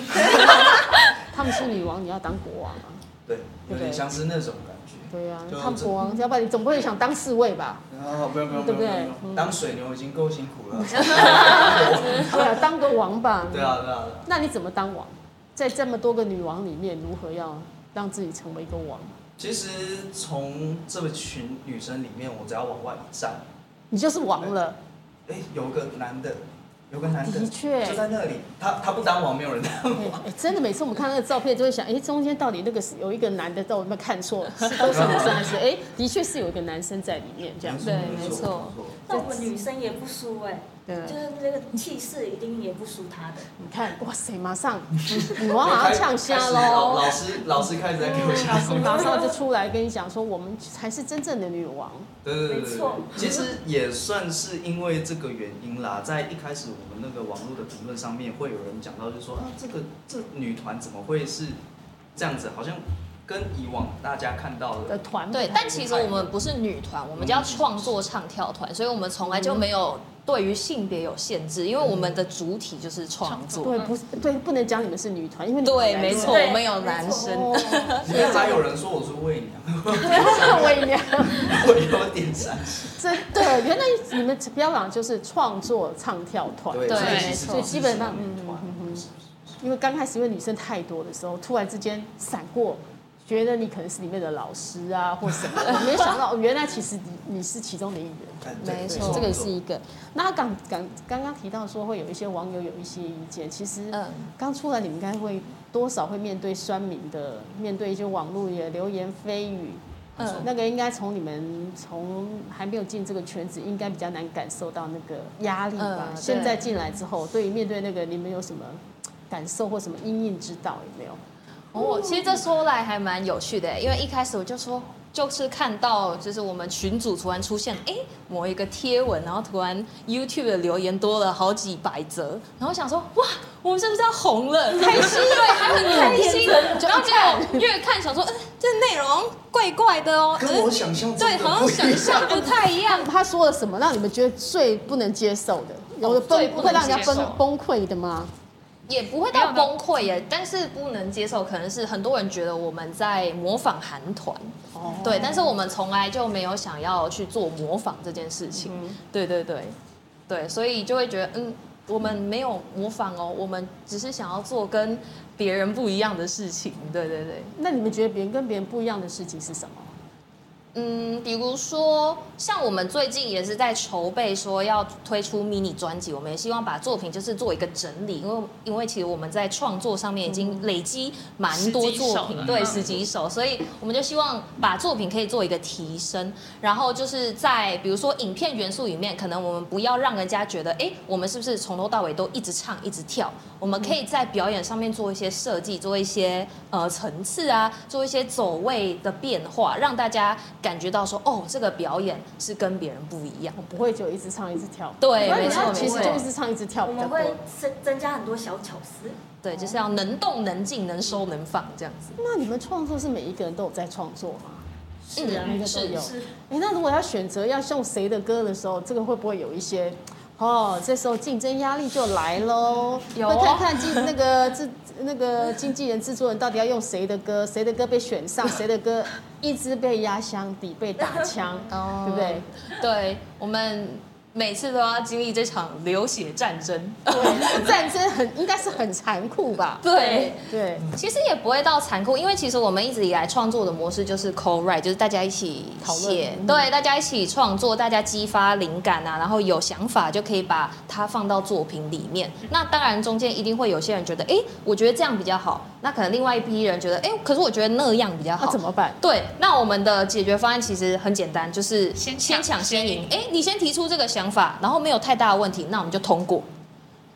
Speaker 1: 他们是女王，你要当国王啊。
Speaker 2: 对，有点像是那种感觉。
Speaker 1: 对啊，
Speaker 2: 就
Speaker 1: 当国王，要不然你总不会想当侍卫吧？
Speaker 2: 啊，不用不用
Speaker 1: 对不
Speaker 2: 不用不
Speaker 1: 对
Speaker 2: 用，
Speaker 1: 嗯
Speaker 2: 当水牛已经够辛 苦了。
Speaker 1: 对啊，当个王吧。
Speaker 2: 对啊对啊对啊，
Speaker 1: 那你怎么当王？在这么多个女王里面，如何要让自己成为一个王？
Speaker 2: 其实从这群女生里面，我只要往外一站，
Speaker 1: 你就是王了。
Speaker 2: 哎，有个男的，有个男的，
Speaker 1: 的确
Speaker 2: 就在那里，他他不当王，没有人当
Speaker 1: 哎
Speaker 2: 王。
Speaker 1: 哎真的，每次我们看那个照片，就会想，哎，中间到底那个是有一个男的，到底有没有看 错？是都是女生还是？哎，的确是有一个男生在里面，这样
Speaker 3: 对没错
Speaker 2: 错
Speaker 7: 那我们女生也不输哎、
Speaker 1: 对，
Speaker 7: 就是那个气势一定也不输她的。
Speaker 1: 你嗯看，哇塞，马上嗯女王好像呛瞎喽，
Speaker 2: 老师老师开始在给我下 攻
Speaker 1: 马上就出来跟你讲说，我们才是真正的女王。
Speaker 2: 对对对
Speaker 7: 没
Speaker 2: 对对
Speaker 7: 错，
Speaker 2: 其实也算是因为这个原因啦，在一开始我们那个网络的评论上面会有人讲到，就说啊，这个这女团怎么会是这样子？好像跟以往大家看到
Speaker 1: 的
Speaker 2: 的，
Speaker 1: 团
Speaker 3: 对，但其实我们不是女团，我们
Speaker 1: 嗯
Speaker 3: 叫创作唱跳团，所以我们从来就没有对于性别有限制，因为我们的主体就是创作。
Speaker 1: 对，不是对，不能讲你们是女团，因为你们
Speaker 3: 对，
Speaker 1: 来
Speaker 3: 没
Speaker 1: 自
Speaker 3: 错，
Speaker 7: 对
Speaker 3: 我们有男生。
Speaker 1: 哦
Speaker 2: 里面还有人说我是媚娘，
Speaker 1: 伪娘，
Speaker 2: 我有点伤心。
Speaker 1: 真的，原来你们标榜就是创作唱跳团，
Speaker 2: 对，
Speaker 3: 对
Speaker 2: 所以其
Speaker 3: 没
Speaker 2: 实
Speaker 3: 错
Speaker 1: 所以基本上
Speaker 2: 是女团
Speaker 1: 嗯嗯嗯嗯因为刚开始因为女生太多的时候，突然之间闪过，觉得你可能是里面的老师 啊或什么的，没有想到哦原来其实你你是其中的一员。
Speaker 2: 哎对
Speaker 3: 没
Speaker 1: 对
Speaker 3: 错
Speaker 1: 这个是一个。那刚刚刚刚提到说会有一些网友有一些意见，其实
Speaker 3: 嗯
Speaker 1: 刚出来你们应该会多少会面对酸民的，面对一些网络也流言蜚语。
Speaker 3: 嗯
Speaker 1: 那个应该从你们从还没有进这个圈子，应该比较难感受到那个压力吧？
Speaker 3: 嗯对
Speaker 1: 现在进来之后，对于面对那个，你们有什么感受或什么阴影之道有没有？
Speaker 3: 哦，其实这说来还蛮有趣的，因为一开始我就说，就是看到就是我们群组突然出现，哎，某一个贴文，然后突然 YouTube 的留言多了好几百则，然后想说，哇，我们是不是要红了？开心，对，还很开心。然后结果哦越看想说，嗯，这内容怪怪的哦，
Speaker 2: 跟我想象
Speaker 3: 嗯
Speaker 2: 中
Speaker 3: 对，
Speaker 2: 的
Speaker 3: 好像
Speaker 2: 不一样
Speaker 3: 想象不太一样。
Speaker 1: 他说了什么让你们觉得最不能接受的？有的崩
Speaker 3: 哦最不能
Speaker 1: 会让人家
Speaker 3: 接
Speaker 1: 崩
Speaker 3: 受
Speaker 1: 崩溃的吗？
Speaker 3: 也不会到崩溃耶，但是不能接受，可能是很多人觉得我们在模仿韩团，
Speaker 1: 哦
Speaker 3: 对，但是我们从来就没有想要去做模仿这件事情，对对对，对，所以就会觉得，嗯，我们没有模仿哦，我们只是想要做跟别人不一样的事情，对对对，
Speaker 1: 那你们觉得别人跟别人不一样的事情是什么？
Speaker 3: 嗯，比如说，像我们最近也是在筹备说要推出 mini 专辑，我们也希望把作品就是做一个整理，因为因为其实我们在创作上面已经
Speaker 6: 嗯
Speaker 3: 累积蛮多作品，
Speaker 6: 十几首了
Speaker 3: 对
Speaker 6: 嗯
Speaker 3: 十几首，所以我们就希望把作品可以做一个提升，然后就是在比如说影片元素里面，可能我们不要让人家觉得，哎，我们是不是从头到尾都一直唱一直跳？我们可以在表演上面做一些设计，做一些呃层次啊，做一些走位的变化，让大家感觉到说，哦，这个表演是跟别人不一样。
Speaker 1: 我不会就一直唱一直跳，
Speaker 3: 对
Speaker 1: 不然你
Speaker 3: 没错
Speaker 1: 要
Speaker 3: 没
Speaker 1: 其实
Speaker 3: 错
Speaker 1: 就一直唱一直跳
Speaker 7: 我
Speaker 1: 比较
Speaker 7: 们
Speaker 1: 多。
Speaker 7: 会增增加很多小巧思，
Speaker 3: 对，就是要能动能静，能收能放这样子。
Speaker 1: 那你们创作是每一个人都有在创作吗？
Speaker 7: 是啊
Speaker 1: 每一个都
Speaker 3: 是
Speaker 1: 有。
Speaker 7: 是
Speaker 1: 哎，那如果要选择要用谁的歌的时候，这个会不会有一些？哦，这时候竞争压力就来喽。
Speaker 3: 有
Speaker 1: 会
Speaker 3: 哦
Speaker 1: 看看经那个制那个经纪人、制作人到底要用谁的歌，谁的歌被选 上，谁的歌一直被压箱底、被打枪，
Speaker 3: 哦
Speaker 1: 对不对？
Speaker 3: 对，我们每次都要经历这场流血战争。
Speaker 1: 对，战争很应该是很残酷吧？
Speaker 3: 对，
Speaker 1: 对，
Speaker 3: 其实也不会到残酷，因为其实我们一直以来创作的模式就是 co-write，就是大家一起
Speaker 1: 讨论
Speaker 3: 写，
Speaker 1: 嗯
Speaker 3: 对，大家一起创作，大家激发灵感啊，然后有想法就可以把它放到作品里面。那当然中间一定会有些人觉得，哎，我觉得这样比较好，那可能另外一批人觉得，哎，可是我觉得那样比较
Speaker 1: 那
Speaker 3: 好
Speaker 1: 啊怎。么办？
Speaker 3: 对，那我们的解决方案其实很简单，就是
Speaker 6: 先
Speaker 3: 先
Speaker 6: 抢
Speaker 3: 抢先
Speaker 6: 先
Speaker 3: 赢
Speaker 6: 赢。
Speaker 3: 哎，你先提出这个想法，然后没有太大的问题，那我们就通过。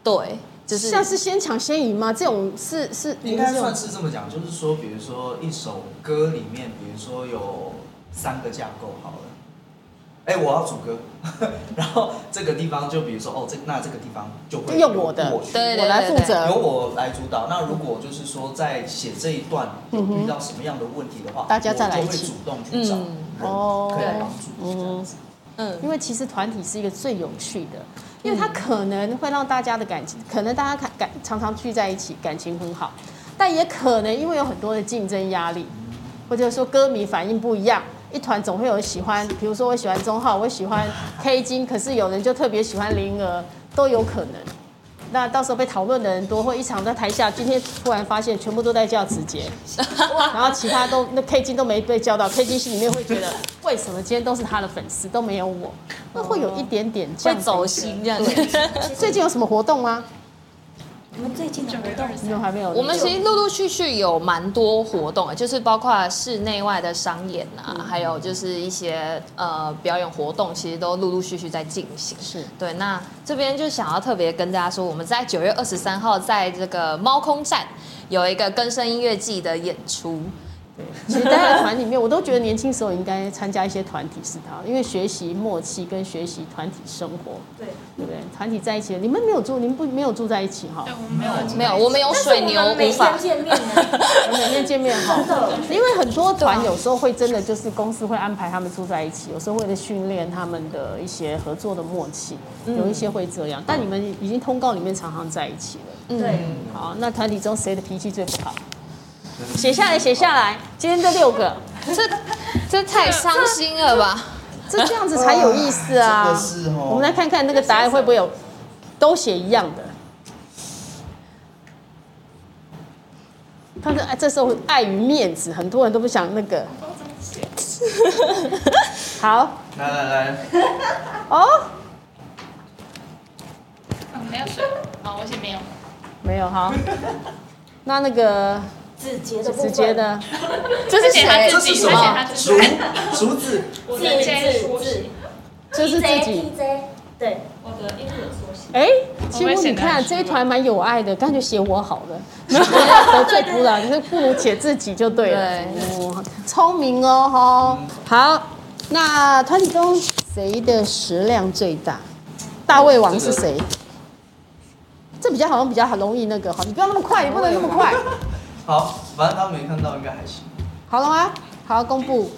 Speaker 3: 对，就是
Speaker 1: 像是先抢先赢吗？这种是是
Speaker 2: 应该
Speaker 1: 这种
Speaker 2: 算是这么讲，就是说，比如说一首歌里面，比如说有三个架构好了，哎、我要主歌， 然后这个地方就比如说哦，这那这个地方就会
Speaker 1: 用我的
Speaker 2: 我去
Speaker 3: 对
Speaker 1: 我来负责
Speaker 2: 由。我来主导。那如果就是说在写这一段有遇到什么样的问题的话，
Speaker 1: 嗯大家再来
Speaker 2: 我
Speaker 1: 一
Speaker 2: 就会
Speaker 1: 起
Speaker 2: 主动去找
Speaker 3: 嗯
Speaker 1: 哦
Speaker 2: 人可以帮助这样子。
Speaker 3: 嗯
Speaker 1: 因为其实团体是一个最有趣的，因为它可能会让大家的感情，可能大家感感常常聚在一起，感情很好，但也可能因为有很多的竞争压力，或者说歌迷反应不一样。一团总会有喜欢，比如说我喜欢钟浩，我喜欢 K 金，可是有人就特别喜欢林儿，都有可能。那到时候被讨论的人多，或一场在台下，今天突然发现全部都在叫子 杰，然后其他都那 K 金都没被叫到，K 金心里面会觉得为什么今天都是他的粉丝都没有我，那会有一点点这
Speaker 3: 会
Speaker 1: 样
Speaker 3: 走
Speaker 1: 的
Speaker 3: 心这样
Speaker 1: 对
Speaker 3: 子。
Speaker 1: 最近有什么活动吗？
Speaker 7: 你们最近的活动
Speaker 1: 你们还没有？
Speaker 3: 我们其实陆陆续续有蛮多活动，欸就是包括室内外的商演啊，还有就是一些呃表演活动，其实都陆陆续续在进行。
Speaker 1: 是
Speaker 3: 对，那这边就想要特别跟大家说，我们在九月二十三号在这个猫空站有一个根生音乐季的演出。
Speaker 1: 其实待在团里面，我都觉得年轻时候应该参加一些团体是他，因为学习默契跟学习团体生活，
Speaker 7: 对，
Speaker 1: 对不对？团体在一起，你们没有住，你们不没有住在一起哈
Speaker 6: 对，，我们没有
Speaker 2: 没有
Speaker 3: 没有，我们有哦水牛
Speaker 7: 但是我们每
Speaker 3: 无法
Speaker 7: 天。见面呢，
Speaker 1: 每天见面哈
Speaker 7: 真。的。
Speaker 1: 因为很多团有时候会真的就是公司会安排他们住在一起，有时候为了训练他们的一些合作的默契，有一些会这样。但你们已经通告里面常常在一起了。
Speaker 7: 对，
Speaker 1: 好，那团体中谁的脾气最不好？
Speaker 2: 嗯
Speaker 1: 写下来，写下来。今天这六个，
Speaker 3: 这这太伤心了吧！
Speaker 1: 这这样子才有意思啊！
Speaker 2: 真的是哦
Speaker 1: 我们来看看那个答案会不会有都写一样的。他说：“哎，这时候碍于面子，很多人都不想那个。好
Speaker 2: 来来来，
Speaker 1: 哦，
Speaker 6: 嗯，没有水。哦，我写没有。
Speaker 1: 没有哈。那那个
Speaker 7: 子杰的部
Speaker 1: 子
Speaker 7: 分，
Speaker 1: 杰的，
Speaker 3: 这
Speaker 6: 是谁
Speaker 2: 这是什
Speaker 6: 他写
Speaker 2: 么？
Speaker 6: 他哎自
Speaker 2: 竹
Speaker 6: 己
Speaker 2: 竹子，
Speaker 5: 我
Speaker 7: 字
Speaker 5: 的
Speaker 7: 字
Speaker 5: 英语缩
Speaker 7: 字
Speaker 5: 写，
Speaker 1: 就是自
Speaker 7: TJ
Speaker 1: 己。
Speaker 7: TJ，对，
Speaker 5: 我的英语的缩写。
Speaker 1: 哎，其实你看这一团蛮有爱的，干脆写我好了，得罪不了，你就不如写自己就对了。哦，聪明哦，吼。好，那团体中谁的食量最大？大胃王是谁？这比较好像比较容易那个哈，你不要那么快，你不能那么快，
Speaker 2: 好，反正他没看到，应该还行。
Speaker 1: 好了吗？好，公布。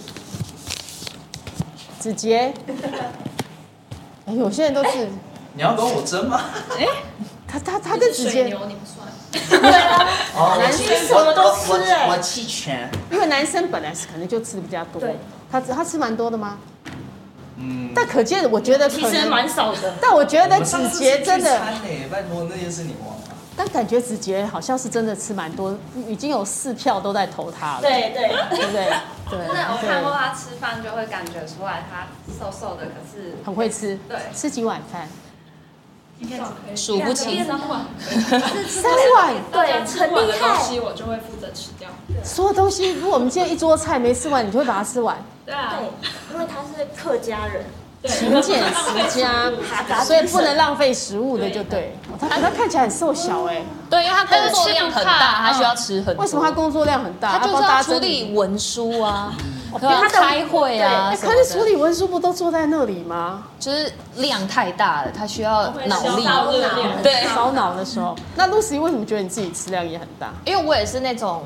Speaker 1: 子杰，哎，有些人都是
Speaker 2: 你要跟我争吗？
Speaker 1: 他他他跟子杰，
Speaker 6: 你们算。
Speaker 2: 哦，我
Speaker 1: 男
Speaker 2: 弃
Speaker 1: 生
Speaker 7: 什么都吃
Speaker 2: 我
Speaker 7: 哎
Speaker 2: 我我弃权。
Speaker 1: 因为男生本来是可能就吃的比较多
Speaker 7: 对，
Speaker 1: 他他吃蛮多的吗？
Speaker 2: 嗯，
Speaker 1: 但可见我觉得
Speaker 7: 其
Speaker 1: 可
Speaker 7: 实
Speaker 1: 能
Speaker 7: 蛮少的。
Speaker 1: 但我觉
Speaker 2: 我
Speaker 1: 得
Speaker 2: 们上
Speaker 1: 子
Speaker 2: 次
Speaker 1: 杰
Speaker 2: 是
Speaker 1: 真
Speaker 2: 聚
Speaker 1: 的，
Speaker 2: 餐呢拜托那件事你忘了。
Speaker 1: 但感觉子杰好像是真的吃蛮多，已经有四票都在投他了，
Speaker 7: 对对，
Speaker 1: 对不对？对，
Speaker 4: 真的，我看过
Speaker 1: 对
Speaker 4: 他吃饭就会感觉出来，他瘦瘦的，可是
Speaker 1: 很会吃，
Speaker 4: 对
Speaker 1: 吃几碗饭？
Speaker 5: 今天
Speaker 3: 数不清
Speaker 5: 三 碗，
Speaker 1: 三碗，
Speaker 5: 对，吃完的东
Speaker 7: 很
Speaker 5: 西我就会负责吃掉。
Speaker 1: 所有东西，如果我们今天一桌菜没吃完，你就会把它吃完，
Speaker 5: 对啊，
Speaker 7: 对，因为他是客家人，
Speaker 5: 对
Speaker 1: 勤俭持 家，所以不能浪费食物的就对。哦他他看起来很瘦小哎，
Speaker 3: 对，因为他工作量很大，
Speaker 6: 但是吃不胖
Speaker 3: 他需要吃很多。
Speaker 1: 为什么他工作量很大？
Speaker 3: 嗯他就是
Speaker 1: 帮
Speaker 3: 要
Speaker 1: 大家
Speaker 3: 处
Speaker 1: 整
Speaker 3: 理文书啊，
Speaker 1: 哦
Speaker 3: 对啊
Speaker 1: 因为他的
Speaker 3: 开会啊
Speaker 1: 哎，
Speaker 3: 什么
Speaker 1: 可
Speaker 3: 的
Speaker 1: 是处理文书不都坐在那里吗？
Speaker 3: 就是量太大了，他需要脑
Speaker 5: 消
Speaker 3: 力。
Speaker 5: 耗热量。
Speaker 3: 对，
Speaker 1: 啊烧脑的时候，那 Lucy 为什么觉得你自己吃量也很大？
Speaker 3: 因为我也是那种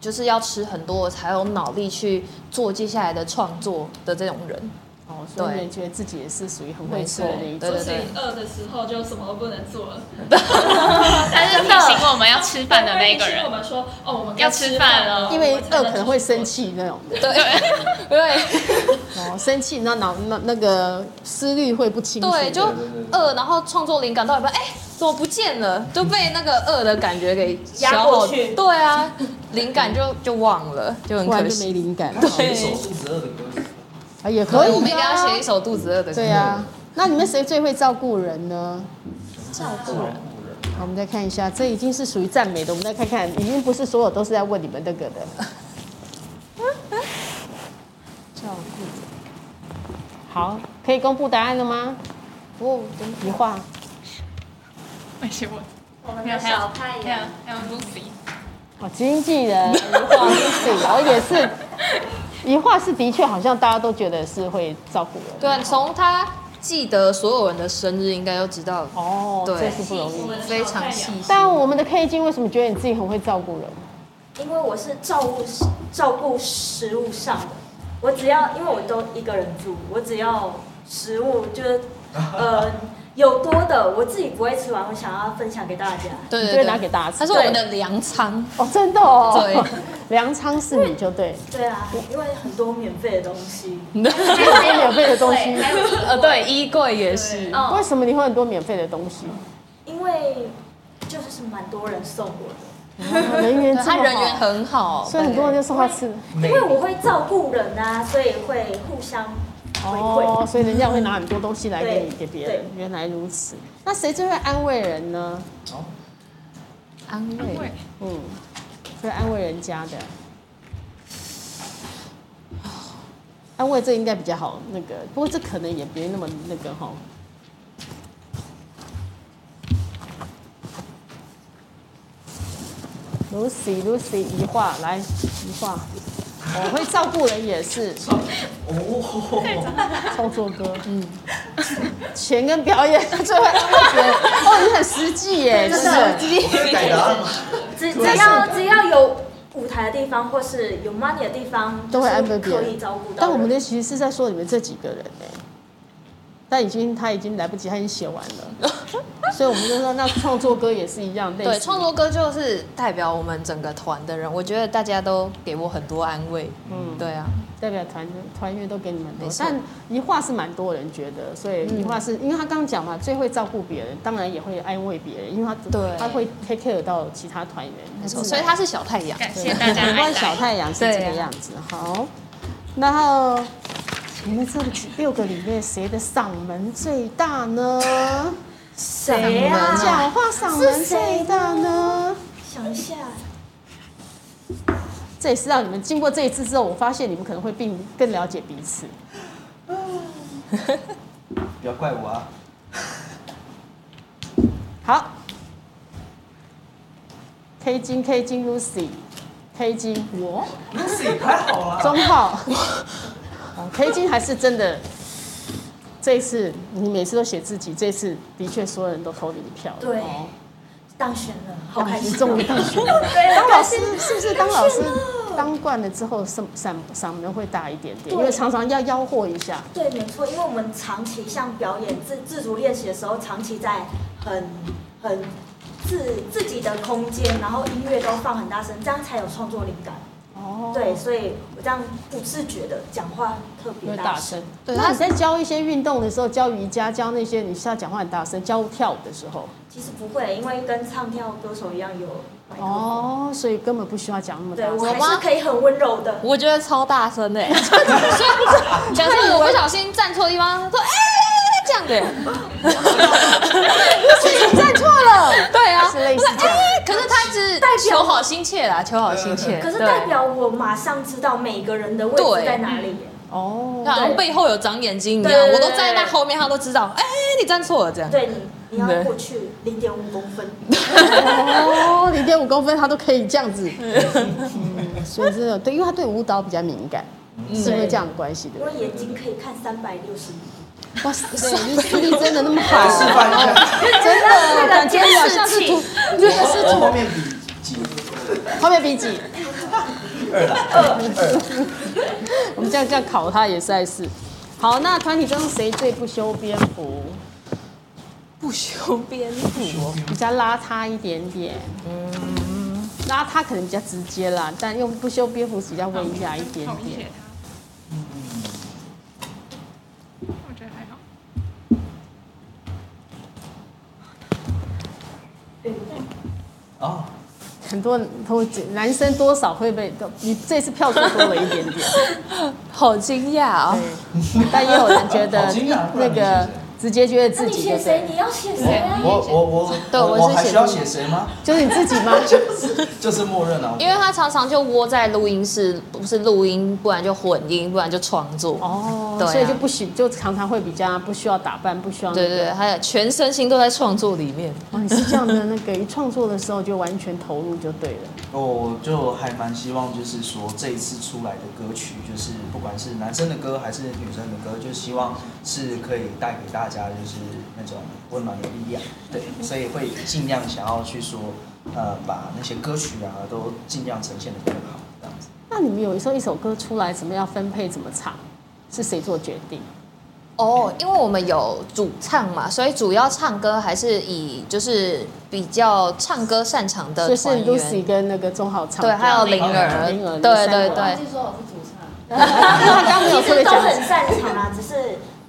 Speaker 3: 就是要吃很多才有脑力去做接下来的创作的这种人。
Speaker 1: 哦，所以
Speaker 3: 对
Speaker 1: 你也觉得自己也是属于很会吃的那一
Speaker 3: 没错
Speaker 1: 种
Speaker 5: 自。己饿的时候就什么都不能做了，
Speaker 6: 他是提醒我们要吃饭的那个
Speaker 5: 他会提醒
Speaker 6: 人
Speaker 5: 我。们说，哦，我们
Speaker 6: 要吃饭了
Speaker 5: 该
Speaker 6: 因
Speaker 1: 因为
Speaker 5: 我们才
Speaker 1: 饿可能会生气那种的，
Speaker 3: 对对
Speaker 1: 哦，生气那脑那那个思虑会不清楚。
Speaker 3: 对，就
Speaker 2: 对对对
Speaker 3: 饿，然后创作灵感到一半，哎，怎么不见了？就被那个饿的感觉给
Speaker 7: 压
Speaker 3: 消
Speaker 7: 过
Speaker 3: 耗
Speaker 7: 去
Speaker 3: 对啊，灵感就就忘了，就很
Speaker 1: 突然
Speaker 3: 可
Speaker 1: 就没
Speaker 3: 惜。
Speaker 1: 灵感，
Speaker 2: 写一首肚子饿的歌，
Speaker 1: 啊也可以、啊，
Speaker 3: 我们应该要写一首肚子饿的歌。
Speaker 1: 对啊，那你们谁最会照顾人呢？
Speaker 3: 照顾
Speaker 2: 照
Speaker 3: 人，
Speaker 2: 顾人。
Speaker 1: 好，我们再看一下，这已经是属于赞美的，我们再看看，已经不是所有都是在问你们那个的。照顾。好，可以公布答案了吗？哦，等一画。
Speaker 6: 没事，我
Speaker 7: 我们
Speaker 6: 没有
Speaker 7: 的
Speaker 6: 还有
Speaker 7: 小太
Speaker 6: 还有
Speaker 7: 阳，
Speaker 6: 还有 Lucy，
Speaker 1: 哦，经纪人一画是，我哦也是，一画是的确好像大家都觉得是会照顾人。
Speaker 3: 对啊，从他记得所有人的生日，应该都知道，
Speaker 1: 哦，
Speaker 3: 对
Speaker 1: 这是不容易。
Speaker 3: 非常细心。
Speaker 1: 但我们的 K 金为什么觉得你自己很会照顾人？
Speaker 7: 因为我是照顾照顾食物上的，我只要因为我都一个人住，我只要食物就是呃有多的，我自己不会吃完，我想要分享给大家。
Speaker 3: 对
Speaker 1: 你
Speaker 3: 对
Speaker 1: 就会
Speaker 3: 对，
Speaker 1: 拿给大家吃
Speaker 3: 他是我们的粮仓，
Speaker 1: 哦，真的哦。
Speaker 3: 对，
Speaker 1: 粮仓是你就对，
Speaker 7: 对啊，因为很多免费的东西，
Speaker 1: 很多免费的东西。
Speaker 4: 还有衣服
Speaker 3: 呃，对，，衣柜也是。
Speaker 4: 嗯
Speaker 1: 为什么你会很多免费的东西？
Speaker 7: 因为就是是蛮多人送我的。
Speaker 1: 人缘
Speaker 3: 对
Speaker 1: 这么
Speaker 3: 他
Speaker 1: 好，
Speaker 3: 人缘很好，
Speaker 1: 所以很多人就送他吃的。
Speaker 7: 因为我会照顾人啊，所以会互相回馈。
Speaker 1: 哦，所以人家会拿很多东西来给你
Speaker 7: 对
Speaker 1: 给别人。原来如此，那谁最会安慰人呢？
Speaker 2: 好，
Speaker 3: 安慰
Speaker 6: 对。，
Speaker 1: 嗯，会安慰人家的。 安慰这应该比较好，那个不过这可能也别那么那个哈。Lucy Lucy 一画来一画，我会照顾人也是
Speaker 2: 哦，
Speaker 1: 创作歌，嗯， 钱跟表演最会安慰别人，哦，你很实际耶，真的。
Speaker 2: 我可以改啊答案吗？
Speaker 7: 只
Speaker 2: 对
Speaker 7: 只要只要有舞台的地方，或是有 money 的地方，
Speaker 1: 都会安排
Speaker 7: 就是
Speaker 1: 别人
Speaker 7: 可以照顾到人。
Speaker 1: 但我们这其实是在说你们这几个人呢、但已经他已经来不及，他已经写完 了，所以我们就说那创作歌也是一样类似。
Speaker 3: 对，创作歌就是代表我们整个团的人，我觉得大家都给我很多安慰。
Speaker 1: 嗯
Speaker 3: 嗯，对啊，
Speaker 1: 代表团团员都给你们多
Speaker 3: 没，错嗯
Speaker 1: 但一画是蛮多人觉得，所以一画是、因为他刚刚讲嘛，最会照顾别人，当然也会安慰别人，因为他
Speaker 3: 对
Speaker 1: 他会 take care 到其他团员，
Speaker 3: 没错，所以他是小太阳。
Speaker 6: 感谢大 家
Speaker 1: 难怪
Speaker 6: 爱
Speaker 1: 小
Speaker 6: 戴。
Speaker 1: 太阳是这个样子。好，然后你们这几六个里面，谁的嗓门最大呢？
Speaker 7: 谁啊？
Speaker 1: 讲话嗓门最大呢？
Speaker 7: 想一下，
Speaker 1: 这也是让你们经过这一次之后，我发现你们可能会并更了解彼此。
Speaker 2: 不要怪我啊！
Speaker 1: 好，K 金 K 金 Lucy，K 金我
Speaker 2: 自己还好啦。
Speaker 1: 钟浩哦，K 金还是真的。这一次你每次都写自己，这次的确所有人都投你一票了。
Speaker 7: 对
Speaker 1: 哦
Speaker 7: 当选了，好开心。
Speaker 1: 终于当选了。
Speaker 7: 对，
Speaker 1: 当
Speaker 7: 当
Speaker 1: 老
Speaker 7: 老
Speaker 1: 师
Speaker 7: 师
Speaker 1: 是不是当老师当惯了之后，嗓嗓嗓门会大一点点，因为
Speaker 7: 对
Speaker 1: 常常要吆喝一下。
Speaker 7: 对，没错，因为我们长期像表演自自主练习的时候，长期在很很自自己的空间，然后音乐都放很大声，这样才有创作灵感。
Speaker 1: 哦，
Speaker 7: 对，，所以我这样不自觉的讲话特别
Speaker 1: 会
Speaker 7: 大
Speaker 1: 大
Speaker 7: 声
Speaker 1: 声。。
Speaker 3: 对
Speaker 1: 那
Speaker 3: 他
Speaker 1: 你在教一些运动的时候，教瑜伽，教那些你是要讲话很大声，教跳舞的时候，
Speaker 7: 其实不会，因为跟唱跳歌手一样有麦克风。
Speaker 1: 哦，所以根本不需要讲那么大
Speaker 7: 对，我
Speaker 1: 声。
Speaker 7: 还是可以很温柔的。
Speaker 3: 我觉得超大声 的欸，所以假设我不小心站错地方，说哎、这样的欸，是你站错了，对啊，
Speaker 1: 是类似
Speaker 3: 我说哎、可是他只求好心切啦，求好心切，
Speaker 7: 可是
Speaker 3: 对
Speaker 7: 代表我马上知道每个人的位置
Speaker 3: 对
Speaker 7: 在哪里。
Speaker 1: 哦，
Speaker 3: 好啊像背后有长眼睛一样，
Speaker 7: 对
Speaker 3: 我都站在那后面，他都知道，哎、你站错了这样，
Speaker 7: 对你，你要
Speaker 3: 对
Speaker 7: 过去零点五公分。
Speaker 1: 哦，零点五公分他都可以这样子，嗯， 所以真的对，因为他对舞蹈比较敏感，是因为这样的关系对不
Speaker 7: 因为眼睛可以看三百六十
Speaker 1: 对？哇塞，你视力真的那么好？
Speaker 2: 示 范一下，
Speaker 1: 真的，感觉好像是图，这个是
Speaker 2: 我
Speaker 1: 图
Speaker 2: 后面比几
Speaker 1: 后面比几？
Speaker 2: 二啦，二
Speaker 1: 我们这样这样考他也算是。好，那团体中谁最不修边幅？
Speaker 3: 不修边幅哦。
Speaker 1: 比较邋遢一点点。邋遢可能比较直接啦，但用不修边幅比较文雅一点
Speaker 6: 好理
Speaker 1: 点
Speaker 6: 解。他。我觉得还好。
Speaker 2: 哦，
Speaker 1: 很多人都男生多少会被，都你这次票数多了一点点，
Speaker 3: 好惊讶哦！
Speaker 1: 对，但也有人觉得
Speaker 2: 好惊讶不
Speaker 1: 那
Speaker 2: 然你
Speaker 1: 个
Speaker 2: 写谁
Speaker 1: 直接觉得
Speaker 7: 那
Speaker 1: 自
Speaker 7: 你
Speaker 1: 己就
Speaker 7: 写谁？
Speaker 1: 对，
Speaker 7: 你要写谁啊
Speaker 2: 我？我我我，
Speaker 3: 对我
Speaker 2: 我
Speaker 3: 是
Speaker 2: 还
Speaker 3: 写
Speaker 2: 需要
Speaker 3: 字
Speaker 2: 写谁吗？
Speaker 1: 就是你自己 吗？
Speaker 2: 就是默认啊。
Speaker 3: 因为他常常就窝在录音室，不是录音，不然就混音，不然就创作。
Speaker 1: 哦，
Speaker 3: 对啊
Speaker 1: 所以就不许，就常常会比较不需要打扮，不需要那
Speaker 3: 对
Speaker 1: 个。
Speaker 3: 对对，还有全身心都在创作里面。
Speaker 1: 哦，你是这样的，那个一创作的时候就完全投入就对了。
Speaker 2: 我就还蛮希望，就是说这一次出来的歌曲，就是不管是男生的歌还是女生的歌，就希望是可以带给大家就是那种温暖的力量。对，所以会尽量想要去说，呃，把那些歌曲啊都尽量呈现的更好，这样子。
Speaker 1: 那你们有时候一首歌出来，怎么样分配，怎么唱，是谁做决定？
Speaker 3: 哦，因为我们有主唱嘛，所以主要唱歌还是以就是比较唱歌擅长的
Speaker 1: 就是
Speaker 3: 团员
Speaker 1: Lucy 跟那个钟浩唱，
Speaker 3: 对，还有灵
Speaker 1: 还
Speaker 3: 儿，
Speaker 1: 有灵儿
Speaker 3: 对
Speaker 1: 三个
Speaker 3: 对
Speaker 1: 人
Speaker 3: 对
Speaker 4: 忘，记说我是主唱。
Speaker 1: 他刚没有
Speaker 7: 其
Speaker 1: 特别
Speaker 7: 实都
Speaker 1: 讲，
Speaker 7: 很擅长啊啦，只是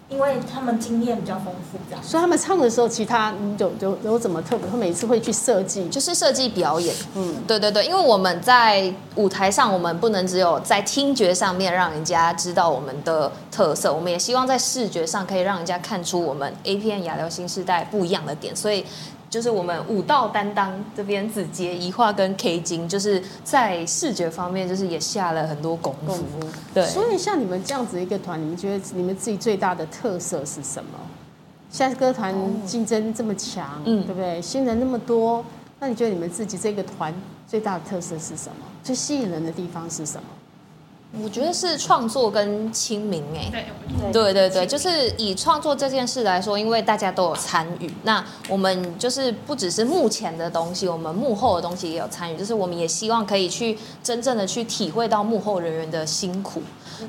Speaker 7: 因为他们经验比较丰富这样。
Speaker 1: 所以他们唱的时候，其他你有有有怎么特别？会每次会去设计，
Speaker 3: 就是设计表演。
Speaker 1: 嗯，
Speaker 3: 对对对，因为我们在舞台上，我们不能只有在听觉上面让人家知道我们的特色，我们也希望在视觉上可以让人家看出我们 A P N 亚流新时代不一样的点，所以。就是我们舞蹈担当这边子杰、怡化跟 K 金，就是在视觉方面，就是也下了很多功夫。
Speaker 1: 功夫
Speaker 3: 嗯对，
Speaker 1: 所以像你们这样子一个团，你们觉得你们自己最大的特色是什么？现在歌团竞争这么强，
Speaker 3: 哦嗯
Speaker 1: 对不对？新人那么多，那你觉得你们自己这个团最大的特色是什么？最吸引人的地方是什么？
Speaker 3: 我觉得是创作跟亲民哎、
Speaker 6: 对，我
Speaker 7: 对
Speaker 3: 对对对，就是以创作这件事来说，因为大家都有参与，那我们就是不只是幕前的东西，我们幕后的东西也有参与，就是我们也希望可以去真正的去体会到幕后人员的辛苦，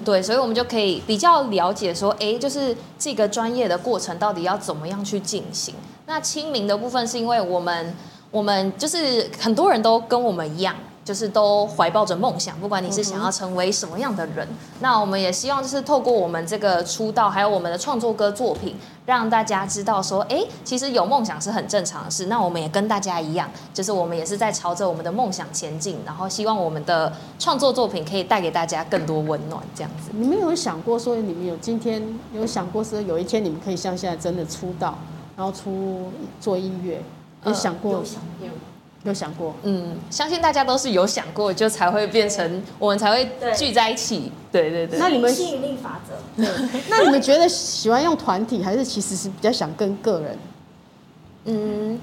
Speaker 3: 对，所以我们就可以比较了解说，哎，就是这个专业的过程到底要怎么样去进行。那清明的部分是因为我们我们就是很多人都跟我们一样，就是都怀抱着梦想，不管你是想要成为什么样的人，那我们也希望就是透过我们这个出道，还有我们的创作歌作品，让大家知道说，哎，其实有梦想是很正常的事。那我们也跟大家一样，就是我们也是在朝着我们的梦想前进，然后希望我们的创作作品可以带给大家更多温暖，这样子。
Speaker 1: 你们有想过说，你们有今天有想过说，有一天你们可以像现在真的出道，然后出做音乐，有
Speaker 3: 嗯
Speaker 1: 想过？
Speaker 7: 有想有
Speaker 1: 有想过？
Speaker 3: 嗯，相信大家都是有想过，就才会变成我们才会
Speaker 7: 对
Speaker 3: 聚在一起。对对对。
Speaker 1: 那你们
Speaker 7: 吸引力法则，
Speaker 1: 那你们觉得喜欢用团体，还是其实是比较想跟个 人？
Speaker 3: 嗯，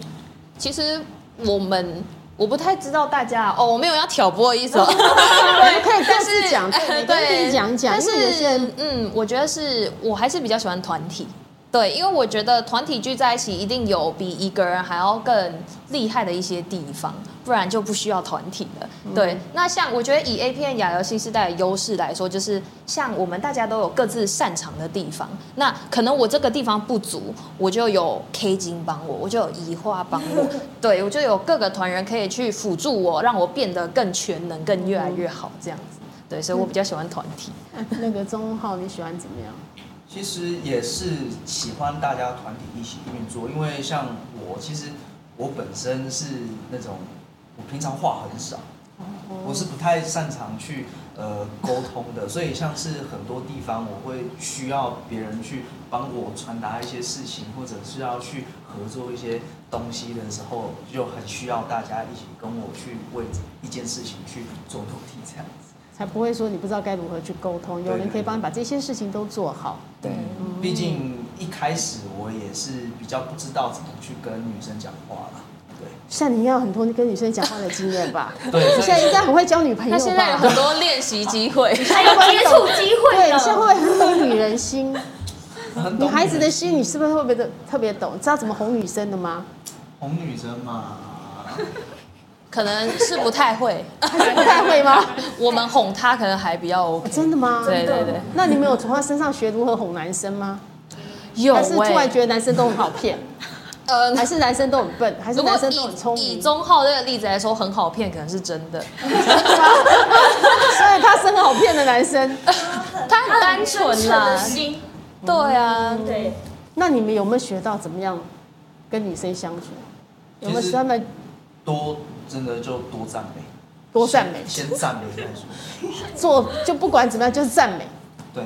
Speaker 3: 其实我们我不太知道大家哦，我没有要挑拨的意思哦。对
Speaker 1: 可以各 自讲，对，你跟自己讲一讲，
Speaker 3: 但
Speaker 1: 因为有些
Speaker 3: 是
Speaker 1: 人
Speaker 3: 嗯，我觉得是我还是比较喜欢团体。对，因为我觉得团体聚在一起，一定有比一个人还要更厉害的一些地方，不然就不需要团体了。
Speaker 1: 嗯
Speaker 3: 对，那像我觉得以 A 片亚游新时代的优势来说，就是像我们大家都有各自擅长的地方，那可能我这个地方不足，我就有 K 金帮我，我就有移花帮 我，对我就有各个团员可以去辅助我，让我变得更全能，更越来越好这样子。对，所以我比较喜欢团体。
Speaker 1: 哎那个钟浩，你喜欢怎么样？
Speaker 2: 其实也是喜欢大家团体一起运作，因为像我，其实我本身是那种我平常话很少，我是不太擅长去呃沟通的，所以像是很多地方我会需要别人去帮我传达一些事情，或者是要去合作一些东西的时候，就很需要大家一起跟我去为一件事情去做努力这样子。
Speaker 1: 才不会说你不知道该如何去沟通，有人可以帮你把这些事情都做好。
Speaker 2: 对，毕竟一开始我也是比较不知道怎么去跟女生讲话啦。对，
Speaker 1: 像你应该有很多跟女生讲话的经验吧？
Speaker 2: 对
Speaker 1: 你现在应该很会交女朋友
Speaker 3: 那现在有
Speaker 1: 吧？
Speaker 3: 很多练习机会，
Speaker 7: 还有接触机
Speaker 1: 对，
Speaker 7: 会
Speaker 1: 你现在会不
Speaker 7: 了。
Speaker 1: 会很懂女人心？
Speaker 2: 很
Speaker 1: 女
Speaker 2: 懂
Speaker 1: 孩子的心，你是不是特别的特别懂？知道怎么哄女生的吗？
Speaker 2: 哄女生嘛，
Speaker 3: 可能是不太会。
Speaker 1: 还是不太会吗？
Speaker 3: 我们哄他可能还比较 OK。
Speaker 1: 真的吗？
Speaker 3: 对对对，
Speaker 1: 那你们有从他身上学如何哄男生吗？
Speaker 3: 有
Speaker 1: 还是突
Speaker 3: 欸
Speaker 1: 然觉得男生都很好骗？
Speaker 3: 呃，
Speaker 1: 还是男生都很笨，还是
Speaker 3: 如果
Speaker 1: 男生都很聪
Speaker 3: 以以
Speaker 1: 明， 嗯所
Speaker 3: 钟浩这个例子来说，很好骗，可能是真的。
Speaker 1: 以他是很好骗的男生。
Speaker 3: 他很单纯啦
Speaker 7: 的，心，
Speaker 3: 对啊，
Speaker 7: 对，
Speaker 1: 那你们有没有学到怎么样跟女生相处？有没有
Speaker 2: 其实
Speaker 1: 他们
Speaker 2: 多真的就多赞美，
Speaker 1: 多赞美？
Speaker 2: 先先赞美再说。
Speaker 1: 做就不管怎么样就是赞 美。
Speaker 2: 对，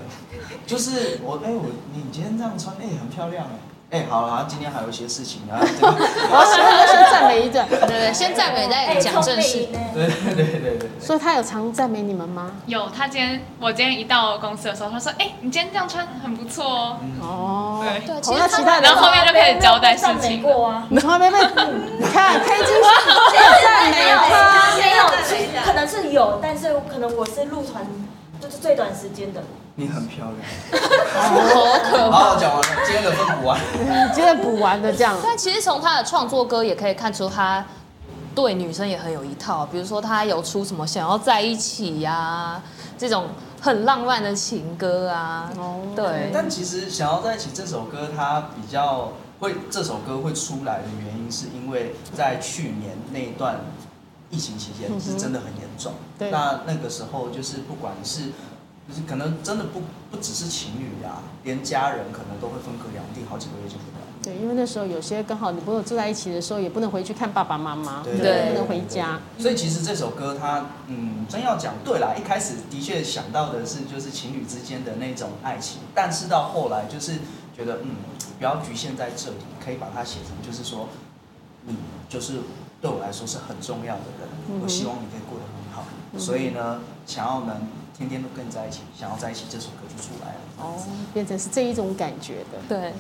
Speaker 2: 就是我哎、我你今天这样穿哎、很漂亮哎、哎、好了，好像今天还有一些事情啊，对吧
Speaker 1: 我要先要先赞美一顿，
Speaker 3: 对对，先赞美再
Speaker 7: 哎
Speaker 3: 讲正事
Speaker 7: 聪。明呢
Speaker 2: 对对对对对对，
Speaker 1: 所以他有常赞美你们吗？
Speaker 6: 有，他今天我今天一到公司的时候，他说：“哎、你今天这样穿很不错哦。
Speaker 2: 嗯，
Speaker 1: 哦，
Speaker 6: 对
Speaker 3: 对其
Speaker 1: 好
Speaker 3: 实
Speaker 1: 那
Speaker 3: 他
Speaker 1: 其他
Speaker 6: 然
Speaker 1: 人
Speaker 6: 后后面就开始交代事情
Speaker 7: 没有
Speaker 6: 了
Speaker 7: 被赞美过啊，
Speaker 1: 你从来没被，你看开金赞
Speaker 7: 没
Speaker 1: 美
Speaker 7: 有，
Speaker 1: 他，
Speaker 7: 没有，可能是有，但是可能我是入团就是最短时间的，
Speaker 2: 你很漂亮。
Speaker 3: 好可怕！
Speaker 2: 好，讲完了，今天的分补完。
Speaker 1: 你觉得补完的这样，
Speaker 3: 但其实从他的创作歌也可以看出，他对女生也很有一套。比如说，他有出什么想要在一起呀、这种很浪漫的情歌啊，
Speaker 1: 哦
Speaker 3: 对
Speaker 2: 但其实《想要在一起》这首歌，它比较会这首歌会出来的原因，是因为在去年那一段疫情期间
Speaker 1: 嗯哼
Speaker 2: 是真的很严重。
Speaker 1: 对
Speaker 2: 那那个时候就是不管是就是可能真的不不只是情侣啊，连家人可能都会分隔两地好几个月见不到。
Speaker 1: 对，因为那时候有些刚好你朋友住在一起的时候，也不能回去看爸爸妈妈，
Speaker 2: 对
Speaker 1: 也不能回家。
Speaker 2: 所以其实这首歌它，嗯，真要讲，对啦，一开始的确想到的是就是情侣之间的那种爱情，但是到后来就是觉得，嗯，不要局限在这里，可以把它写成就是说，你就是对我来说是很重要的
Speaker 1: 嗯
Speaker 2: 人，我希望你可以过得很好，所以呢，想要能天天都跟你在一起，想要在一起这首歌就出来了。
Speaker 1: 哦，变成是这一种感觉的。
Speaker 3: 对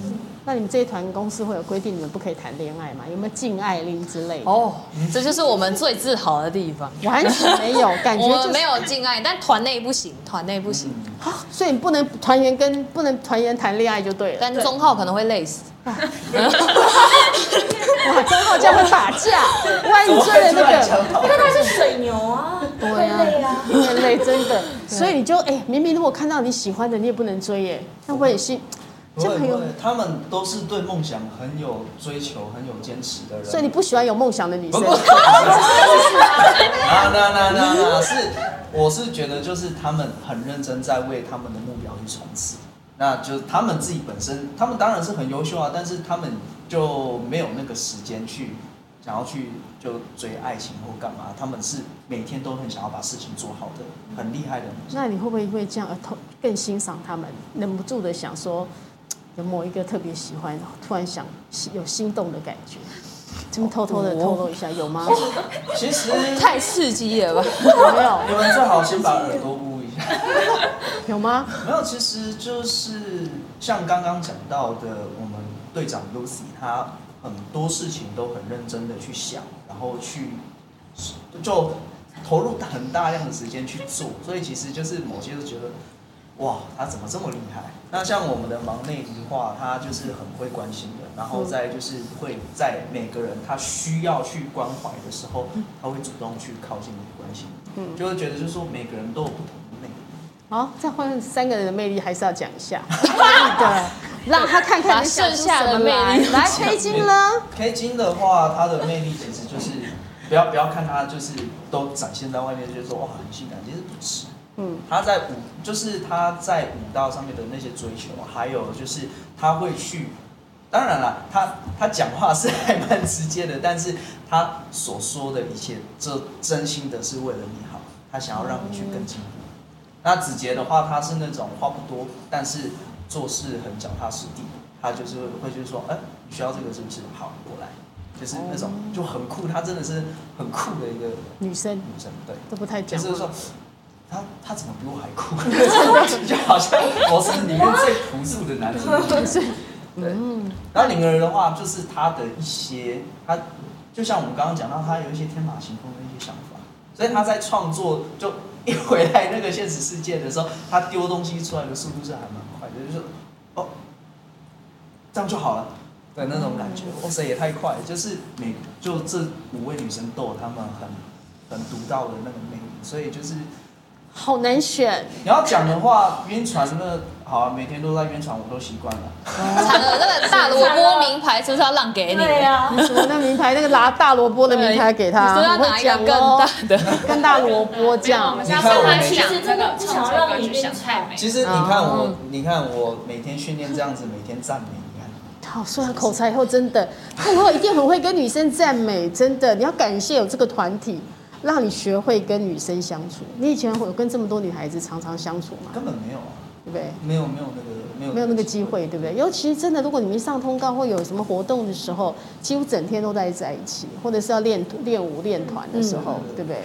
Speaker 1: 那你们这一团公司会有规定你们不可以谈恋爱吗？有没有禁爱令之类的？
Speaker 3: 哦，这就是我们最自豪的地方。
Speaker 1: 完全没 有，感觉
Speaker 3: 我
Speaker 1: 就是
Speaker 3: 们没有禁爱，但团内不行，团内不行。
Speaker 2: 嗯
Speaker 1: 啊所以你不能团员跟不能团员谈恋爱就对了。
Speaker 3: 但钟浩可能会累死。
Speaker 1: 哇，真浩这样会打架，万一追了
Speaker 2: 怎么会突然
Speaker 1: 那个。
Speaker 2: 想 到
Speaker 7: 因为他是水牛啊，会累啊，
Speaker 1: 很累，真的。所以你就哎、明明如果看到你喜欢的，你也不能追耶，那我也心
Speaker 2: 不
Speaker 1: 这
Speaker 2: 会
Speaker 1: 样很
Speaker 2: 不
Speaker 1: 有
Speaker 2: 会。，他们都是对梦想很有追求、很有坚持的人。
Speaker 1: 所以你不喜欢有梦想的女
Speaker 2: 不
Speaker 1: 生
Speaker 2: 过，啊，那那那那是，我是觉得就是他们很认真在为他们的目标去冲刺，那就是他们自己本身，他们当然是很优秀啊，但是他们就没有那个时间去想要去就追爱情或干嘛，他们是每天都很想要把事情做好的，很厉害的女生。
Speaker 1: 那你会不会因为这样而呃偷更欣赏他们？忍不住的想说，有某一个特别喜欢，突然想有心动的感觉。这么偷偷的透露一下，有
Speaker 3: 哦
Speaker 1: 吗？
Speaker 2: 其实
Speaker 3: 太刺激了吧？
Speaker 1: 有没有？
Speaker 2: 你们最好先把耳朵捂一下。
Speaker 1: 有吗？
Speaker 2: 没有，其实就是像刚刚讲到的，我们队长 Lucy，她很多事情都很认真的去想，然后去就投入很大量的时间去做，所以其实就是某些就觉得，哇，她怎么这么厉害？那像我们的忙内的话，她就是很会关心的，然后再就是会在每个人他需要去关怀的时候，他会主动去靠近你关心你，
Speaker 1: 嗯，
Speaker 2: 就会觉得就是说每个人都有不同的魅力。
Speaker 1: 好，再换三个人的魅力还是要讲一 下，对，让他看看
Speaker 3: 把
Speaker 1: 你想
Speaker 3: 剩
Speaker 1: 出
Speaker 3: 下
Speaker 1: 什么
Speaker 3: 的魅
Speaker 1: 来。
Speaker 3: 力
Speaker 1: 来，黑金呢？
Speaker 2: K 金的话，它的魅力其实就是不要不要看它就是都展现在外面，就是说哇很性感，其实不是。
Speaker 1: 嗯，
Speaker 2: 他在舞就是他在舞蹈上面的那些追求，啊还有就是他会去，当然啦，他他讲话是还蛮直接的，但是他所说的一切，这真心的是为了你好，他想要让你去更进步。那子杰的话，他是那种话不多，但是做事很脚踏实地，他就是会就是说，哎、你需要这个是不是？好，我来，就是那种就很酷，他真的是很酷的一个
Speaker 1: 女生
Speaker 2: 女生，对。
Speaker 1: 都不太
Speaker 2: 就
Speaker 1: 讲
Speaker 2: 是
Speaker 1: 话
Speaker 2: 说，，他他怎么比我还酷？ 就好像我是里面最朴素的男生。 对，
Speaker 1: 嗯，
Speaker 2: 然后灵儿的话，就是他的一些，他就像我们刚刚讲到，他有一些天马行空的一些想法，所以他在创作就一回来那个现实世界的时候，他丢东西出来的速度是还蛮快的，就是哦，这样就好了。的那种感觉，哇塞，也太快了！就是每就这五位女生都有她们很很独到的那个魅力，所以就是
Speaker 1: 好难选。
Speaker 2: 你要讲的话，晕船那好啊，每天都在宣传，我都习惯了。
Speaker 1: 哦
Speaker 3: 惨了，那个大萝卜名牌是不是要让给你？
Speaker 7: 对呀、
Speaker 1: 什么那名牌，那个拿大萝卜的名牌给他，
Speaker 3: 你说要
Speaker 1: 我会
Speaker 3: 拿一个
Speaker 1: 讲
Speaker 3: 更
Speaker 1: 哦
Speaker 3: 大的？
Speaker 1: 更大萝卜这
Speaker 6: 没有我
Speaker 1: 样
Speaker 6: 们。
Speaker 2: 是
Speaker 6: 是
Speaker 2: 要
Speaker 6: 要
Speaker 2: 跟
Speaker 6: 跟
Speaker 2: 他
Speaker 6: 他
Speaker 7: 讲
Speaker 6: 讲
Speaker 7: 其
Speaker 6: 这个
Speaker 7: 实
Speaker 6: 创
Speaker 7: 真的
Speaker 6: 作
Speaker 7: 不
Speaker 6: 歌
Speaker 7: 想让你
Speaker 6: 曲想太美。
Speaker 2: 其实你看我
Speaker 1: 哦，
Speaker 2: 你看我每天训练这样子，每天赞美，你啊看，
Speaker 1: 好，说完口才以后，真的，幕后一定很会跟女生赞美，真的，你要感谢有这个团体，让你学会跟女生相处。你以前有跟这么多女孩子常常相处吗？
Speaker 2: 根本没有啊，
Speaker 1: 对不对？
Speaker 2: 没有没有那个没有
Speaker 1: 没有那个机会，对不对？尤其真的，如果你们一上通告或有什么活动的时候，几乎整天都待在一起，或者是要练练舞、练团的时候，
Speaker 2: 嗯
Speaker 1: 对不对？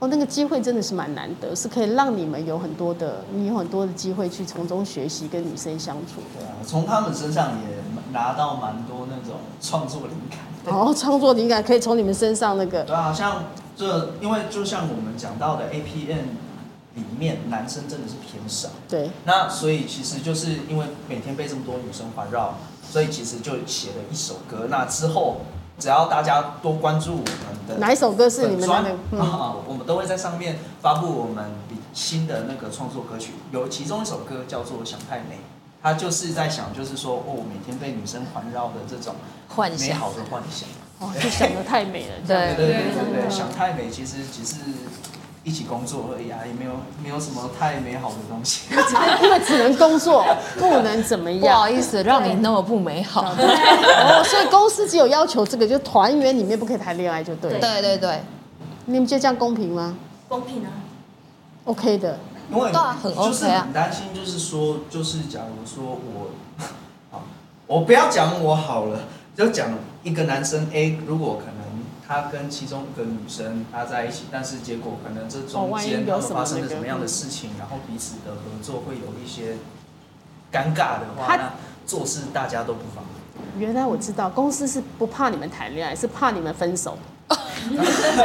Speaker 1: 哦，那个机会真的是蛮难得，是可以让你们有很多的，你有很多的机会去从中学习跟女生相处。
Speaker 2: 对啊，从他们身上也拿到蛮多那种创作灵感。
Speaker 1: 然后创作灵感可以从你们身上那个
Speaker 2: 对啊，像这，因为就像我们讲到的 A P N 里面，男生真的是偏少。
Speaker 1: 对，
Speaker 2: 那所以其实就是因为每天被这么多女生环绕，所以其实就写了一首歌。那之后只要大家多关注我们的
Speaker 1: 哪一首歌是你们
Speaker 2: 粉
Speaker 1: 那
Speaker 2: 专
Speaker 1: 个？嗯，
Speaker 2: 啊，我们都会在上面发布我们比新的那个创作歌曲，有其中一首歌叫做《想太美》，它就是在想，就是说，哦，我每天被女生环绕的这种
Speaker 3: 幻
Speaker 2: 美
Speaker 3: 想，
Speaker 2: 好的幻想。
Speaker 1: 哦，就想的太美了。这样
Speaker 3: 对
Speaker 2: 对对对对，想太美其实只是一起工作而已啊，也没有没有什么太美好的东西。
Speaker 1: 因为只能工作，不能怎么
Speaker 3: 不
Speaker 1: 样
Speaker 3: 好。意思，让你那么不美好。
Speaker 1: 哦，所以公司只有要求这个，就团员里面不可以谈恋爱，就对了。
Speaker 3: 对对对，
Speaker 1: 你们觉得这样公平吗
Speaker 7: 公平啊，
Speaker 1: ？OK 的，
Speaker 2: 因为
Speaker 3: 对啊很
Speaker 2: 就是
Speaker 3: OK 啊
Speaker 2: 很担心，就是说，就是假如说我， 好，我不要讲我好了，就讲一个男生 A，如果可能他跟其中一个女生搭在一起，但是结果可能这
Speaker 1: 哦
Speaker 2: 中
Speaker 1: 万一
Speaker 2: 间他
Speaker 1: 有
Speaker 2: 们
Speaker 1: 什么
Speaker 2: 发生
Speaker 1: 那
Speaker 2: 了
Speaker 1: 个
Speaker 2: 什么样的
Speaker 1: 嗯
Speaker 2: 事情，然后彼此的合作会有一些尴尬的话，
Speaker 1: 他
Speaker 2: 那做事大家都不方便。
Speaker 1: 原来我知道，公司是不怕你们谈恋爱，是怕你们分手。
Speaker 2: 哎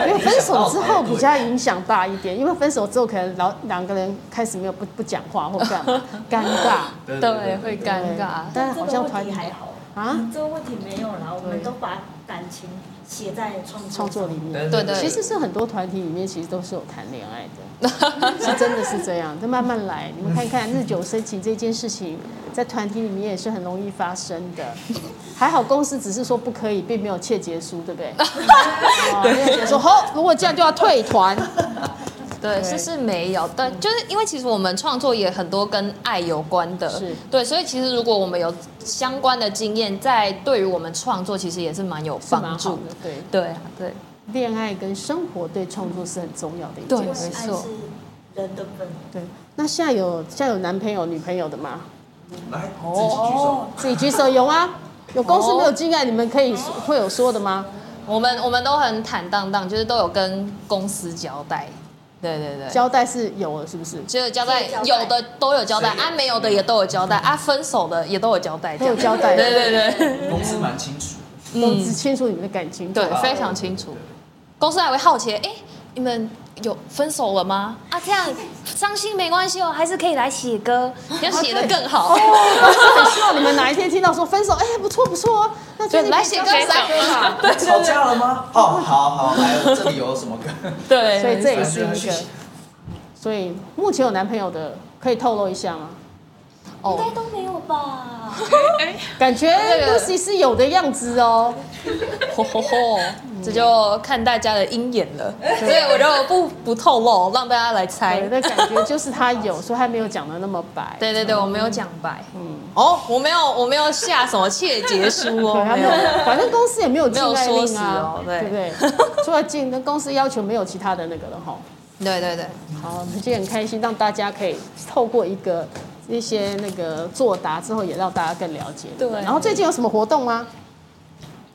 Speaker 1: 因为分手之后比较
Speaker 3: 啊
Speaker 1: 影响大一点，因为分手之后可能老两个人开始没有不不讲话或干嘛，尴 尬。
Speaker 2: 对
Speaker 3: 对，会尴
Speaker 1: 对
Speaker 3: 尬。
Speaker 1: 但好像团
Speaker 7: 这个问
Speaker 1: 体
Speaker 7: 题还好
Speaker 1: 啊，
Speaker 7: 这个问题没有啦，我
Speaker 1: 对
Speaker 7: 们都把感情写在创作
Speaker 1: 创作里
Speaker 7: 中
Speaker 1: 面。
Speaker 2: 对
Speaker 3: 对对
Speaker 1: 其实是很多团体里面，其实都是有谈恋爱 的，是真的是这样。就慢慢来，你们看看日久生情这件事情，在团体里面也是很容易发生 的。还好公司只是说不可以，并没有切结书，对 不对？哦没有写说好，如果这样就要退团。
Speaker 3: 对，
Speaker 1: 对
Speaker 3: 是是没有，对，就是因为其实我们创作也很多跟爱有关的
Speaker 1: 是，
Speaker 3: 对，所以其实如果我们有相关的经验，在对于我们创作其实也是蛮有
Speaker 1: 是蛮
Speaker 3: 帮
Speaker 1: 好
Speaker 3: 助
Speaker 1: 的。对，
Speaker 3: 对啊，对，
Speaker 1: 恋爱跟生活对创作是很重要的一
Speaker 3: 对
Speaker 1: 件
Speaker 7: 因为
Speaker 1: 事。
Speaker 3: 没
Speaker 7: 爱
Speaker 3: 错
Speaker 7: 是人的本能。
Speaker 1: 对，那现在有现在有男朋友女朋友的吗？
Speaker 2: 来自己举
Speaker 3: 哦
Speaker 2: 手。
Speaker 1: 自己举手有啊，有公司没有进来，你们可以会有说的吗？
Speaker 3: 我们我们都很坦荡荡，就是都有跟公司交代，对对对，
Speaker 1: 交代是有了，是不是？
Speaker 3: 就是交代
Speaker 7: 自己交代
Speaker 3: 有的都有交代，
Speaker 2: 谁有
Speaker 3: 啊没有的也都有交代，啊分手的也都有交代，
Speaker 1: 都有交代
Speaker 3: 这样对对对，
Speaker 2: 公司蛮清楚，
Speaker 1: 都
Speaker 3: 嗯
Speaker 1: 只清楚你们的感情。
Speaker 3: 对
Speaker 2: 啊
Speaker 3: 非常清楚
Speaker 2: 对
Speaker 3: 公司还会好奇，哎、你们有分手了吗？啊，这样伤心没 关系哦，还是可以来写歌，要写的更好。
Speaker 1: 我是很希望你们哪一天听到说分手，哎，不错不错哦，那
Speaker 3: 就
Speaker 1: 就
Speaker 3: 来写歌来
Speaker 1: 歌吧。
Speaker 2: 对吵架了吗？哦，好好，还有这里有什么歌？
Speaker 3: 对，
Speaker 1: 所以 这也是一
Speaker 2: 没事
Speaker 1: 个。所以目前有男朋友的，可以透露一下吗？
Speaker 7: 应
Speaker 3: 哦
Speaker 7: 该，都没有吧？
Speaker 1: 感觉
Speaker 3: 这个
Speaker 1: Lucy 是有的样子哦。
Speaker 3: 吼吼吼，
Speaker 1: 嗯
Speaker 3: 这就看大家的鹰眼了，所以我就不不透露，让大家来猜
Speaker 1: 对，。那感觉就是他有， 所以他没有讲的那么白。
Speaker 3: 对对对，我没有讲白。
Speaker 1: 嗯
Speaker 3: 哦，我没有我没有下什么窃结书
Speaker 1: 对，
Speaker 3: 哦，
Speaker 1: 他
Speaker 3: 没
Speaker 1: 没
Speaker 3: 有
Speaker 1: 有。，反正公司也没有禁爱
Speaker 3: 没有说
Speaker 1: 令
Speaker 3: 死
Speaker 1: 啊
Speaker 3: 哦，对
Speaker 1: 不 对？除了禁，那公司要求没有其他的那个了哈。
Speaker 3: 对对对，
Speaker 1: 好，我们今天很开心，让大家可以透过一个一些那个作答之后，也让大家更了解。
Speaker 3: 对
Speaker 1: 然后最近有什么活动吗？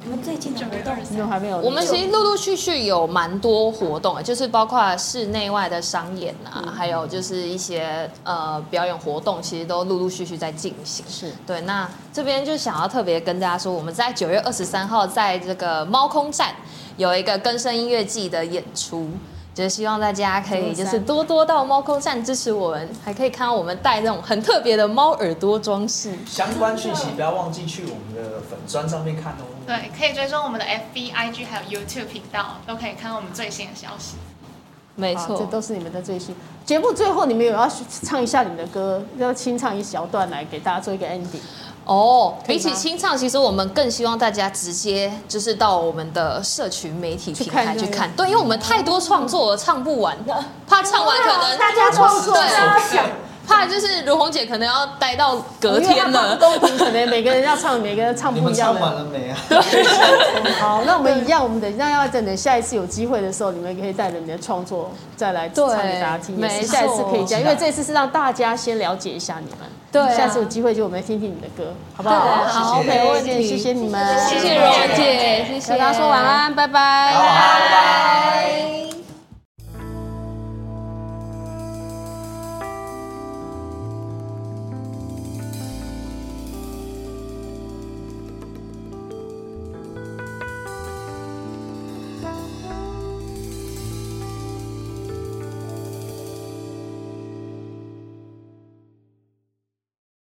Speaker 7: 你们最近的活动
Speaker 1: 你们还没有？
Speaker 3: 我们其实陆陆续续有蛮多活动的，就是包括室内外的商演啊，
Speaker 1: 嗯
Speaker 3: 还有就是一些呃表演活动，其实都陆陆续续在进行。
Speaker 1: 是
Speaker 3: 对，那这边就想要特别跟大家说，我们在九月二十三号在这个猫空站有一个更生音乐季的演出。就是希望大家可以就是多多到猫空站支持我们，还可以看到我们戴那种很特别的猫耳朵装饰。
Speaker 2: 相关讯息不要忘记去我们的粉砖上面看哦。
Speaker 6: 对，可以追踪我们的 FB、IG 还有 YouTube 频道，都可以看到我们最新的消息。
Speaker 3: 没
Speaker 1: 好
Speaker 3: 错，
Speaker 1: 啊哦这都是你们的最新节目。最后你们有要唱一下你们的歌，要清唱一小段来给大家做一个 ending。
Speaker 3: 哦，
Speaker 1: 可以
Speaker 3: 比
Speaker 1: 吗
Speaker 3: 起清唱，其实我们更希望大家直接就是到我们的社群媒体平
Speaker 1: 去
Speaker 3: 台
Speaker 1: 看
Speaker 3: 去
Speaker 1: 就
Speaker 3: 看，对，因为我们太多创作了，唱 不完，怕唱完可能
Speaker 7: 大家创作
Speaker 3: 对啊
Speaker 7: 大家想
Speaker 3: 怕就是如红姐可能要待到隔天了，
Speaker 1: 都 可能每个人要唱，每个人唱
Speaker 2: 你
Speaker 1: 不
Speaker 2: 们
Speaker 1: 一样
Speaker 2: 唱
Speaker 1: 的。
Speaker 2: 完了没啊？
Speaker 1: 好，那我们一样，我们等一下要等等下一次有机会的时候，你们可以带着你的创作再来唱给大家听。
Speaker 3: 对
Speaker 1: 也是
Speaker 3: 没错
Speaker 1: 下一次可以这样，因为这次是让大家先了解一下你们。
Speaker 3: 对啊
Speaker 1: 下次有机会就我们听听你们的歌，好不好？
Speaker 3: 对好
Speaker 1: 谢谢
Speaker 3: 没问
Speaker 1: ，OK，
Speaker 3: 题
Speaker 1: 谢谢你们，
Speaker 3: 谢谢如红姐，谢谢
Speaker 1: 跟大家说晚，安，拜拜
Speaker 2: 好，拜拜。